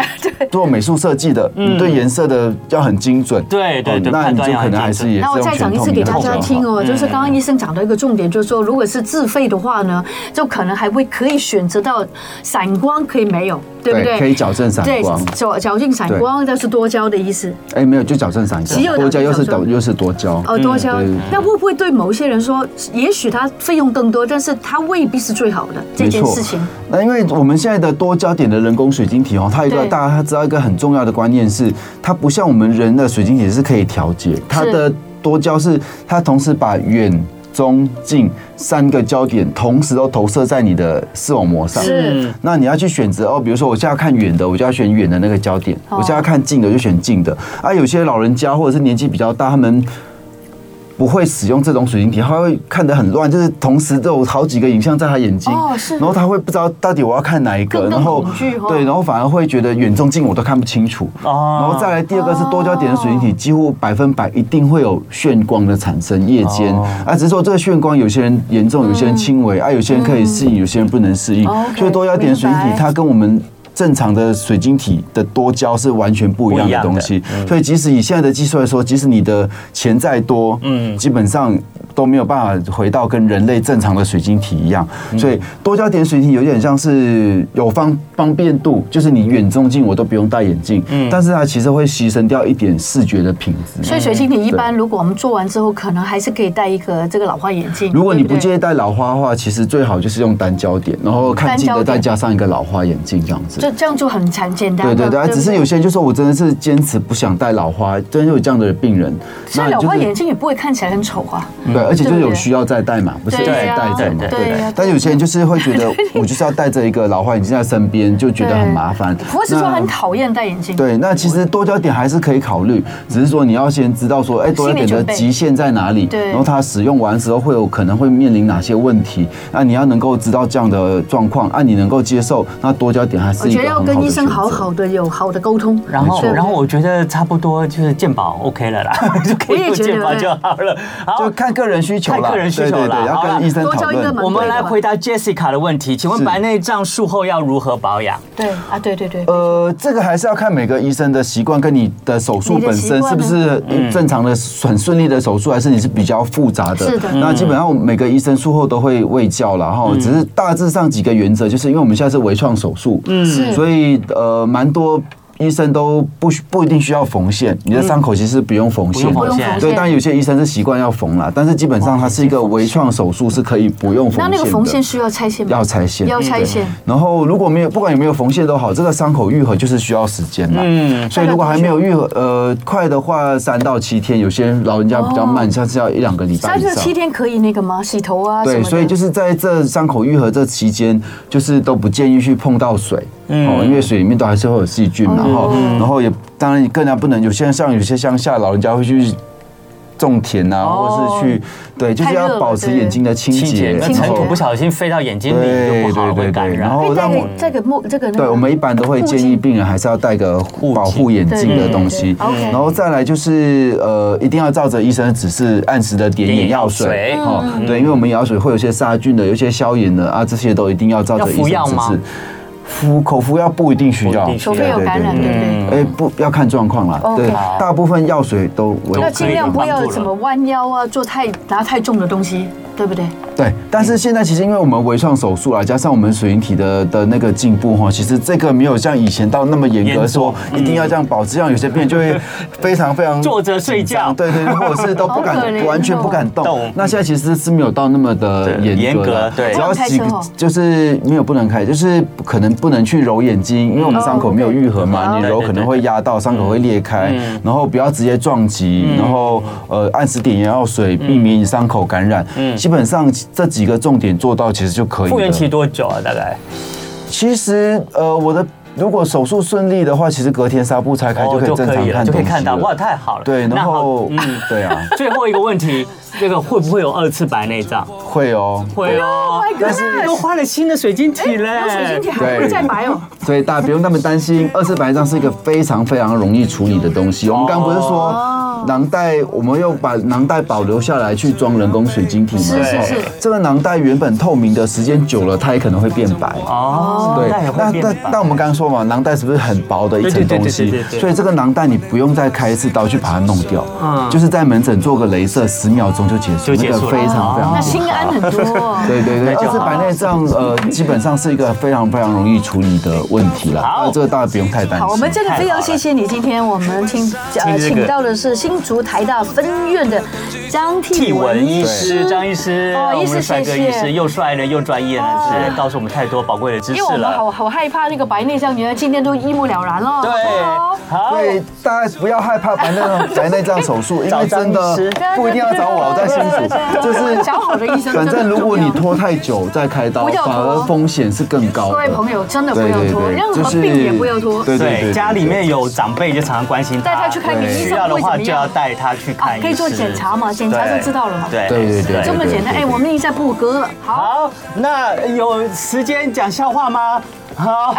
[SPEAKER 4] 做美术设计的，你对颜色的要很精准。
[SPEAKER 3] 嗯对对对
[SPEAKER 4] 哦那
[SPEAKER 3] 判
[SPEAKER 4] 你
[SPEAKER 3] 断
[SPEAKER 4] 就
[SPEAKER 3] 要
[SPEAKER 4] 可
[SPEAKER 3] 很
[SPEAKER 4] 能还
[SPEAKER 3] 精
[SPEAKER 4] 是
[SPEAKER 3] 准
[SPEAKER 4] 也是
[SPEAKER 2] 那我
[SPEAKER 4] 用
[SPEAKER 2] 再讲
[SPEAKER 4] 全
[SPEAKER 2] 一
[SPEAKER 4] 透
[SPEAKER 2] 次
[SPEAKER 4] 明
[SPEAKER 2] 给
[SPEAKER 4] 的
[SPEAKER 2] 大
[SPEAKER 4] 比较
[SPEAKER 2] 家
[SPEAKER 4] 好嗯
[SPEAKER 2] 听哦，就是刚刚医生讲到一个重点，就是说如果是自费的话呢，就可能还会可以选择到散光，可以没有，对不
[SPEAKER 4] 对
[SPEAKER 2] 对？
[SPEAKER 4] 可以矫正散
[SPEAKER 2] 对
[SPEAKER 4] 光。
[SPEAKER 2] 矫矫正散光，那是多焦的意思。
[SPEAKER 4] 哎，没有，就矫正散
[SPEAKER 2] 只有
[SPEAKER 4] 光，多焦又是
[SPEAKER 2] 矫
[SPEAKER 4] 多
[SPEAKER 2] 正
[SPEAKER 4] 又是多焦。
[SPEAKER 2] 哦，
[SPEAKER 3] 嗯
[SPEAKER 2] 多焦
[SPEAKER 4] 嗯对对对，
[SPEAKER 2] 那会不会对某一些人说，也许他费用更多，但是他未必是最好的这件事情
[SPEAKER 4] 没？错。那因为我们现在的多焦点的人工水晶体哦，它有一个
[SPEAKER 2] 对
[SPEAKER 4] 大家知道一个很重要的观念是，它不像我们人的水晶体是可以调节，它的多焦是它同时把远。中近三个焦点同时都投射在你的视网膜上，
[SPEAKER 3] 嗯
[SPEAKER 2] 是
[SPEAKER 4] 那你要去选择哦，比如说我现在要看远的，我就要选远的那个焦点；
[SPEAKER 2] 哦
[SPEAKER 4] 我现在要看近的，我就选近的。啊，有些老人家或者是年纪比较大，他们不会使用这种水晶体，他会看得很乱，就是同时都有好几个影像在他眼睛，
[SPEAKER 2] 哦是
[SPEAKER 4] 然后他会不知道到底我要看哪一个，
[SPEAKER 2] 更
[SPEAKER 4] 然后
[SPEAKER 2] 更恐惧哦
[SPEAKER 4] 对，然后反而会觉得远中近我都看不清楚。
[SPEAKER 3] 哦
[SPEAKER 4] 然后再来第二个是多焦点的水晶体，几乎百分百一定会有眩光的产生，夜间
[SPEAKER 3] 哦
[SPEAKER 4] 啊，只是说这个眩光有些人严重，有些人轻微啊，有些人可以适
[SPEAKER 2] 嗯
[SPEAKER 4] 应，有些人不能适应
[SPEAKER 2] 哦，OK，。
[SPEAKER 4] 所以多焦点水晶体
[SPEAKER 2] 明白
[SPEAKER 4] 它跟我们正常的水晶体的多焦是完全不一样
[SPEAKER 3] 不一
[SPEAKER 4] 的
[SPEAKER 3] 样的
[SPEAKER 4] 东西。
[SPEAKER 2] 嗯
[SPEAKER 4] 所以即使以现在的技术来说，即使你的钱再多，
[SPEAKER 3] 嗯
[SPEAKER 4] 嗯，基本上都没有办法回到跟人类正常的水晶体一样。
[SPEAKER 2] 嗯
[SPEAKER 4] 所以多焦点水晶体有点像是有方方便度，就是你远中近我都不用戴眼镜，但是它其实会牺牲掉一点视觉的品质。
[SPEAKER 2] 嗯所以水晶体一般，如果我们做完之后，可能还是可以戴一个这个老花眼镜。
[SPEAKER 4] 如果你
[SPEAKER 2] 对
[SPEAKER 4] 不
[SPEAKER 2] 对
[SPEAKER 4] 介意戴老花的话，其实最好就是用单焦点，然后看近
[SPEAKER 2] 单焦
[SPEAKER 4] 的
[SPEAKER 2] 点
[SPEAKER 4] 再加上一个老花眼镜这样子。
[SPEAKER 2] 就就这样就很简简单
[SPEAKER 4] 对
[SPEAKER 2] 了。
[SPEAKER 4] 对对，啊
[SPEAKER 2] 不
[SPEAKER 4] 只是有些人就说我真的是坚持不想戴老花，真的有这样的病人。
[SPEAKER 2] 所以
[SPEAKER 4] 那
[SPEAKER 2] 老
[SPEAKER 4] 就
[SPEAKER 2] 花
[SPEAKER 4] 是
[SPEAKER 2] 眼镜也不会看起来很丑啊。
[SPEAKER 4] 对，而且就是
[SPEAKER 2] 对不
[SPEAKER 4] 有
[SPEAKER 2] 对
[SPEAKER 4] 需要再戴嘛，不是一
[SPEAKER 2] 对
[SPEAKER 4] 直
[SPEAKER 2] 呀
[SPEAKER 4] 戴着嘛。
[SPEAKER 3] 对
[SPEAKER 2] 对啊呀
[SPEAKER 4] 但有些人就是会 觉得，我就是要戴着一个老花眼镜在身边，就觉得很麻烦。
[SPEAKER 2] 我是说
[SPEAKER 4] 那
[SPEAKER 2] 很讨厌戴眼镜。
[SPEAKER 4] 对，那其实多焦点还是可以考虑，只是说你要先知道说，哎，多焦点
[SPEAKER 2] 心理准
[SPEAKER 4] 的
[SPEAKER 2] 备
[SPEAKER 4] 极限在哪里，
[SPEAKER 2] 对
[SPEAKER 4] 然后它使用完之后会有可能会面临哪些问题，那你要能够知道这样的状况，啊，你能够接受，那多焦点还
[SPEAKER 2] 我
[SPEAKER 4] 是一
[SPEAKER 2] 觉
[SPEAKER 4] 个
[SPEAKER 2] 得
[SPEAKER 4] 很
[SPEAKER 2] 要
[SPEAKER 4] 好的
[SPEAKER 2] 跟医生
[SPEAKER 4] 选择
[SPEAKER 2] 好好的有好的沟通。
[SPEAKER 3] 然后，
[SPEAKER 2] 对
[SPEAKER 3] 然后我觉得差不多就是健保 OK 了啦，就可
[SPEAKER 2] 我
[SPEAKER 3] 以
[SPEAKER 2] 也
[SPEAKER 3] 用
[SPEAKER 2] 觉得
[SPEAKER 3] 健保就好了。好
[SPEAKER 2] 哦
[SPEAKER 4] 就，看个人需求啦，
[SPEAKER 3] 看个人需求
[SPEAKER 4] 对对
[SPEAKER 3] 啦
[SPEAKER 4] 对，要
[SPEAKER 3] 好啦
[SPEAKER 4] 跟医生
[SPEAKER 2] 多
[SPEAKER 4] 讨
[SPEAKER 2] 交一个
[SPEAKER 4] 论
[SPEAKER 2] 门。
[SPEAKER 3] 我们
[SPEAKER 2] 对
[SPEAKER 3] 来
[SPEAKER 2] 吧
[SPEAKER 3] 回答 Jessica 的问题，请问
[SPEAKER 4] 是
[SPEAKER 3] 白内障术后要如何保养？
[SPEAKER 2] 对啊，对对对。
[SPEAKER 4] 呃，这个还是要看每个医生的习惯，跟你的手术
[SPEAKER 2] 你的
[SPEAKER 4] 本
[SPEAKER 2] 习
[SPEAKER 4] 身
[SPEAKER 2] 惯啊嗯
[SPEAKER 4] 是不是正常的、很顺利的手术，还是你是比较复杂的。
[SPEAKER 2] 是的嗯
[SPEAKER 3] 嗯
[SPEAKER 4] 那基本上每个医生术后都会喂教了哈，只是大致上几个原则，就是因为我们现在是微创手术，
[SPEAKER 2] 是
[SPEAKER 4] 嗯，所以呃，蛮多。医生都不需不一定需要缝线，你的伤口其实不用缝线的，
[SPEAKER 3] 不用
[SPEAKER 2] 嗯缝线
[SPEAKER 4] 对，当然有些医生是习惯要缝啦，但是基本上它是一个微创手术，是可以不用缝线
[SPEAKER 2] 那
[SPEAKER 4] 的。
[SPEAKER 2] 那个缝线需要拆线吗？
[SPEAKER 4] 要拆线，
[SPEAKER 2] 要拆
[SPEAKER 4] 对
[SPEAKER 2] 线。
[SPEAKER 4] 然后如果没有，不管有没有缝线都好，这个伤口愈合就是需要时间啦。嗯，所以如果还没有愈合，呃，快的话三到七天，有些老人家比较慢，像是要一两个礼拜
[SPEAKER 2] 三
[SPEAKER 4] 以
[SPEAKER 2] 至
[SPEAKER 4] 上
[SPEAKER 2] 七。天可以那个吗？洗头啊什么
[SPEAKER 4] 对，
[SPEAKER 2] 的。
[SPEAKER 4] 所以就是在这伤口愈合这期间，就是都不建议去碰到水，哦，因为水里面都还是会有细菌嘛，然后然后也当然更加不能有些像有些乡下老人家会去。种田啊，
[SPEAKER 3] 哦
[SPEAKER 4] 或者是去，对，就是
[SPEAKER 2] 太热了
[SPEAKER 4] 要保持
[SPEAKER 2] 对
[SPEAKER 4] 眼睛的清
[SPEAKER 3] 清洁
[SPEAKER 4] 洁，，
[SPEAKER 3] 那
[SPEAKER 4] 然
[SPEAKER 3] 尘
[SPEAKER 4] 后
[SPEAKER 3] 土不小心飞到眼睛里就不好了，
[SPEAKER 4] 对对对
[SPEAKER 3] 会感
[SPEAKER 4] 对
[SPEAKER 3] 染
[SPEAKER 4] 然。后
[SPEAKER 2] 可以戴
[SPEAKER 4] 哦让我
[SPEAKER 2] 个戴个墨哎这个那个。
[SPEAKER 4] 对，我们一般都会建议病人还是要戴个保护眼镜的东
[SPEAKER 2] 对对
[SPEAKER 4] 西
[SPEAKER 2] 对对，OK，
[SPEAKER 4] 然后再来就是呃，一定要照着医生的指示按时的点眼药
[SPEAKER 3] 点
[SPEAKER 4] 水
[SPEAKER 3] 眼药水
[SPEAKER 4] 哦，对，因为我们眼药水会有些杀菌的，有些消炎的啊，这些都一定要照着医生
[SPEAKER 3] 要
[SPEAKER 4] 指
[SPEAKER 3] 服药吗
[SPEAKER 4] 示。敷口服药不一定需要
[SPEAKER 3] 不一定，需
[SPEAKER 2] 除非有感染，
[SPEAKER 4] 对
[SPEAKER 2] 对
[SPEAKER 4] 对
[SPEAKER 2] 不
[SPEAKER 4] 对
[SPEAKER 3] 嗯
[SPEAKER 2] 对？
[SPEAKER 4] 哎，不要看状况啦，
[SPEAKER 2] OK
[SPEAKER 4] 对
[SPEAKER 3] 好，
[SPEAKER 4] 大部分药水都我
[SPEAKER 2] 要
[SPEAKER 3] 那都可以
[SPEAKER 2] 尽量不
[SPEAKER 3] 帮
[SPEAKER 2] 要
[SPEAKER 3] 助了
[SPEAKER 2] 什么弯腰啊，做太拿太重的东西，对不对？
[SPEAKER 3] 哎
[SPEAKER 4] 对，但是现在其实因为我们微创手术啊，加上我们水银体的的那个进步哈，其实这个没有像以前到那么严格说一定要这样保持，像有些病人就会非常非常
[SPEAKER 3] 嗯 坐着睡觉
[SPEAKER 4] 紧张对对，对 或者是都不
[SPEAKER 2] 好可怜
[SPEAKER 4] 敢
[SPEAKER 2] 哦
[SPEAKER 4] 完全不敢
[SPEAKER 3] 动
[SPEAKER 4] 动。那现在其实是没有到那么的
[SPEAKER 3] 对
[SPEAKER 4] 严格
[SPEAKER 3] 严格
[SPEAKER 4] 了，
[SPEAKER 3] 对
[SPEAKER 4] 只要几
[SPEAKER 2] 不能开车
[SPEAKER 4] 个
[SPEAKER 2] 哦
[SPEAKER 4] 就是没有不能开，就是可能不能去揉眼睛，因为我们伤口没有愈合
[SPEAKER 2] 哦
[SPEAKER 4] 嘛，
[SPEAKER 2] 对
[SPEAKER 4] 你
[SPEAKER 3] 对
[SPEAKER 4] 揉
[SPEAKER 3] 对
[SPEAKER 4] 可能会压到伤口会裂开，
[SPEAKER 3] 嗯
[SPEAKER 4] 然后不要直接撞击，然后呃按时点眼药水，
[SPEAKER 3] 嗯
[SPEAKER 4] 避免伤口感染。基本上这几个重点做到其实就可以了。
[SPEAKER 3] 复原期多久啊？大概
[SPEAKER 4] 其实呃我的。如果手术顺利的话，其实隔天纱布拆开就可以正常看
[SPEAKER 3] 哦了，就可以看到。
[SPEAKER 4] 东西
[SPEAKER 3] 哇，
[SPEAKER 4] 了
[SPEAKER 3] 太好了。
[SPEAKER 4] 对，
[SPEAKER 3] 那
[SPEAKER 4] 然
[SPEAKER 3] 好
[SPEAKER 4] 后嗯，对啊，
[SPEAKER 3] 最后一个问题，这个会不会有二次白内障？
[SPEAKER 4] 会哦。
[SPEAKER 3] 会哦
[SPEAKER 2] Oh my，
[SPEAKER 3] 但是
[SPEAKER 2] goodness 哎
[SPEAKER 3] 都花了新的水晶体嘞。
[SPEAKER 2] 有水晶体还会再白哦，
[SPEAKER 4] 所以大家不用那么担心，
[SPEAKER 3] 嗯
[SPEAKER 4] 二次白内障是一个非常非常容易处理的东西。我们刚刚不是
[SPEAKER 3] 哦
[SPEAKER 4] 说囊袋，我们又把囊袋保留下来去装人工水晶体吗？
[SPEAKER 2] 是是是
[SPEAKER 4] 哦这个囊袋原本透明的，时间久了它也可能会变白。
[SPEAKER 3] 哦，
[SPEAKER 4] 对
[SPEAKER 3] 那也，会
[SPEAKER 4] 那
[SPEAKER 3] 变
[SPEAKER 4] 那
[SPEAKER 3] 白
[SPEAKER 4] 那我们刚刚说嘛，囊袋是不是很薄的一层
[SPEAKER 3] 对对
[SPEAKER 4] 东
[SPEAKER 3] 对对
[SPEAKER 4] 西
[SPEAKER 3] 对对对？
[SPEAKER 4] 所以这个囊袋你不用再开一次刀去把它弄掉，
[SPEAKER 3] 嗯
[SPEAKER 4] 就是在门诊做个镭射，十秒钟就结束，
[SPEAKER 3] 就结束了
[SPEAKER 4] 那个非常
[SPEAKER 3] 哦
[SPEAKER 4] 非常
[SPEAKER 2] 那
[SPEAKER 4] 简单
[SPEAKER 2] 心安很多哦。
[SPEAKER 4] 对对对，
[SPEAKER 3] 就
[SPEAKER 4] 二
[SPEAKER 3] 好
[SPEAKER 4] 次白内障呃，基本上是一个非常非常容易处理的问题了。
[SPEAKER 3] 好
[SPEAKER 4] 那这个大家不用太担心。
[SPEAKER 2] 好，我们真的非常谢谢你。今天我们听
[SPEAKER 3] 听
[SPEAKER 2] 呃
[SPEAKER 3] 这个
[SPEAKER 2] 请到的是新竹台大分院的张
[SPEAKER 3] 替
[SPEAKER 2] 替
[SPEAKER 3] 文
[SPEAKER 2] 文
[SPEAKER 3] 医
[SPEAKER 2] 医
[SPEAKER 3] 师，
[SPEAKER 2] 师，
[SPEAKER 3] 张医师，
[SPEAKER 2] 哦
[SPEAKER 3] 我
[SPEAKER 2] 医
[SPEAKER 3] 们
[SPEAKER 2] 师
[SPEAKER 3] 的帅哥
[SPEAKER 2] 谢谢哦
[SPEAKER 3] 医师，又帅呢又专业呢，是告诉我们太多宝贵的知
[SPEAKER 2] 因为
[SPEAKER 3] 识
[SPEAKER 2] 我们
[SPEAKER 3] 了。
[SPEAKER 2] 好好害怕那个白内障，原来今天都一目了然了。
[SPEAKER 3] 对
[SPEAKER 2] 哦，
[SPEAKER 3] 好，
[SPEAKER 4] 对，大家不要害怕白内障白内障手术，因
[SPEAKER 3] 找
[SPEAKER 4] 为
[SPEAKER 3] 张
[SPEAKER 4] 真
[SPEAKER 3] 医师
[SPEAKER 4] 的不一定要找我，我在新
[SPEAKER 2] 对对对
[SPEAKER 4] 竹，就是
[SPEAKER 2] 找好的医生真的很
[SPEAKER 4] 反
[SPEAKER 2] 重要
[SPEAKER 4] 正如果你拖太久再开刀，
[SPEAKER 2] 不要拖
[SPEAKER 4] 反而风险是更高的。
[SPEAKER 2] 各位朋友真的不
[SPEAKER 4] 对
[SPEAKER 2] 要
[SPEAKER 4] 对
[SPEAKER 2] 拖，
[SPEAKER 4] 对，
[SPEAKER 2] 任
[SPEAKER 4] 就
[SPEAKER 2] 何
[SPEAKER 4] 是
[SPEAKER 2] 病也不要拖。
[SPEAKER 4] 对对对
[SPEAKER 3] 对，
[SPEAKER 4] 对，
[SPEAKER 3] 家里面有长辈就常常关心他，
[SPEAKER 2] 带他去看个医生
[SPEAKER 3] 需要的
[SPEAKER 2] 会
[SPEAKER 3] 话
[SPEAKER 2] 怎么
[SPEAKER 3] 就
[SPEAKER 2] 样
[SPEAKER 3] 要带他去看
[SPEAKER 2] 啊
[SPEAKER 3] 医
[SPEAKER 2] 可以做
[SPEAKER 3] 生
[SPEAKER 2] 检查嘛检查就
[SPEAKER 3] 对
[SPEAKER 2] 知道了嘛
[SPEAKER 3] 对
[SPEAKER 4] 对对对对
[SPEAKER 2] 这么简单，哎，我们已经在破格了。好，
[SPEAKER 3] 好，那有时间讲笑话吗？好，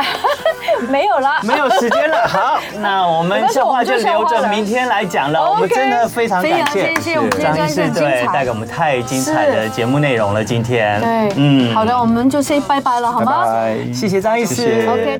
[SPEAKER 2] 没有啦。
[SPEAKER 3] 没有时 间了。好，那我们笑话就留着明天来讲了。我们真的非常感谢嗯
[SPEAKER 2] 非常谢谢我们今天
[SPEAKER 3] 张医师
[SPEAKER 2] 真的很
[SPEAKER 3] 对
[SPEAKER 2] 精彩
[SPEAKER 3] 带给我们太精彩的节目内容了。今天，嗯
[SPEAKER 2] 对，嗯，好的，我们就 say 拜拜了，好
[SPEAKER 4] 拜
[SPEAKER 2] 吗
[SPEAKER 4] 拜。
[SPEAKER 3] 谢谢张医师。
[SPEAKER 4] 谢谢
[SPEAKER 2] ？OK。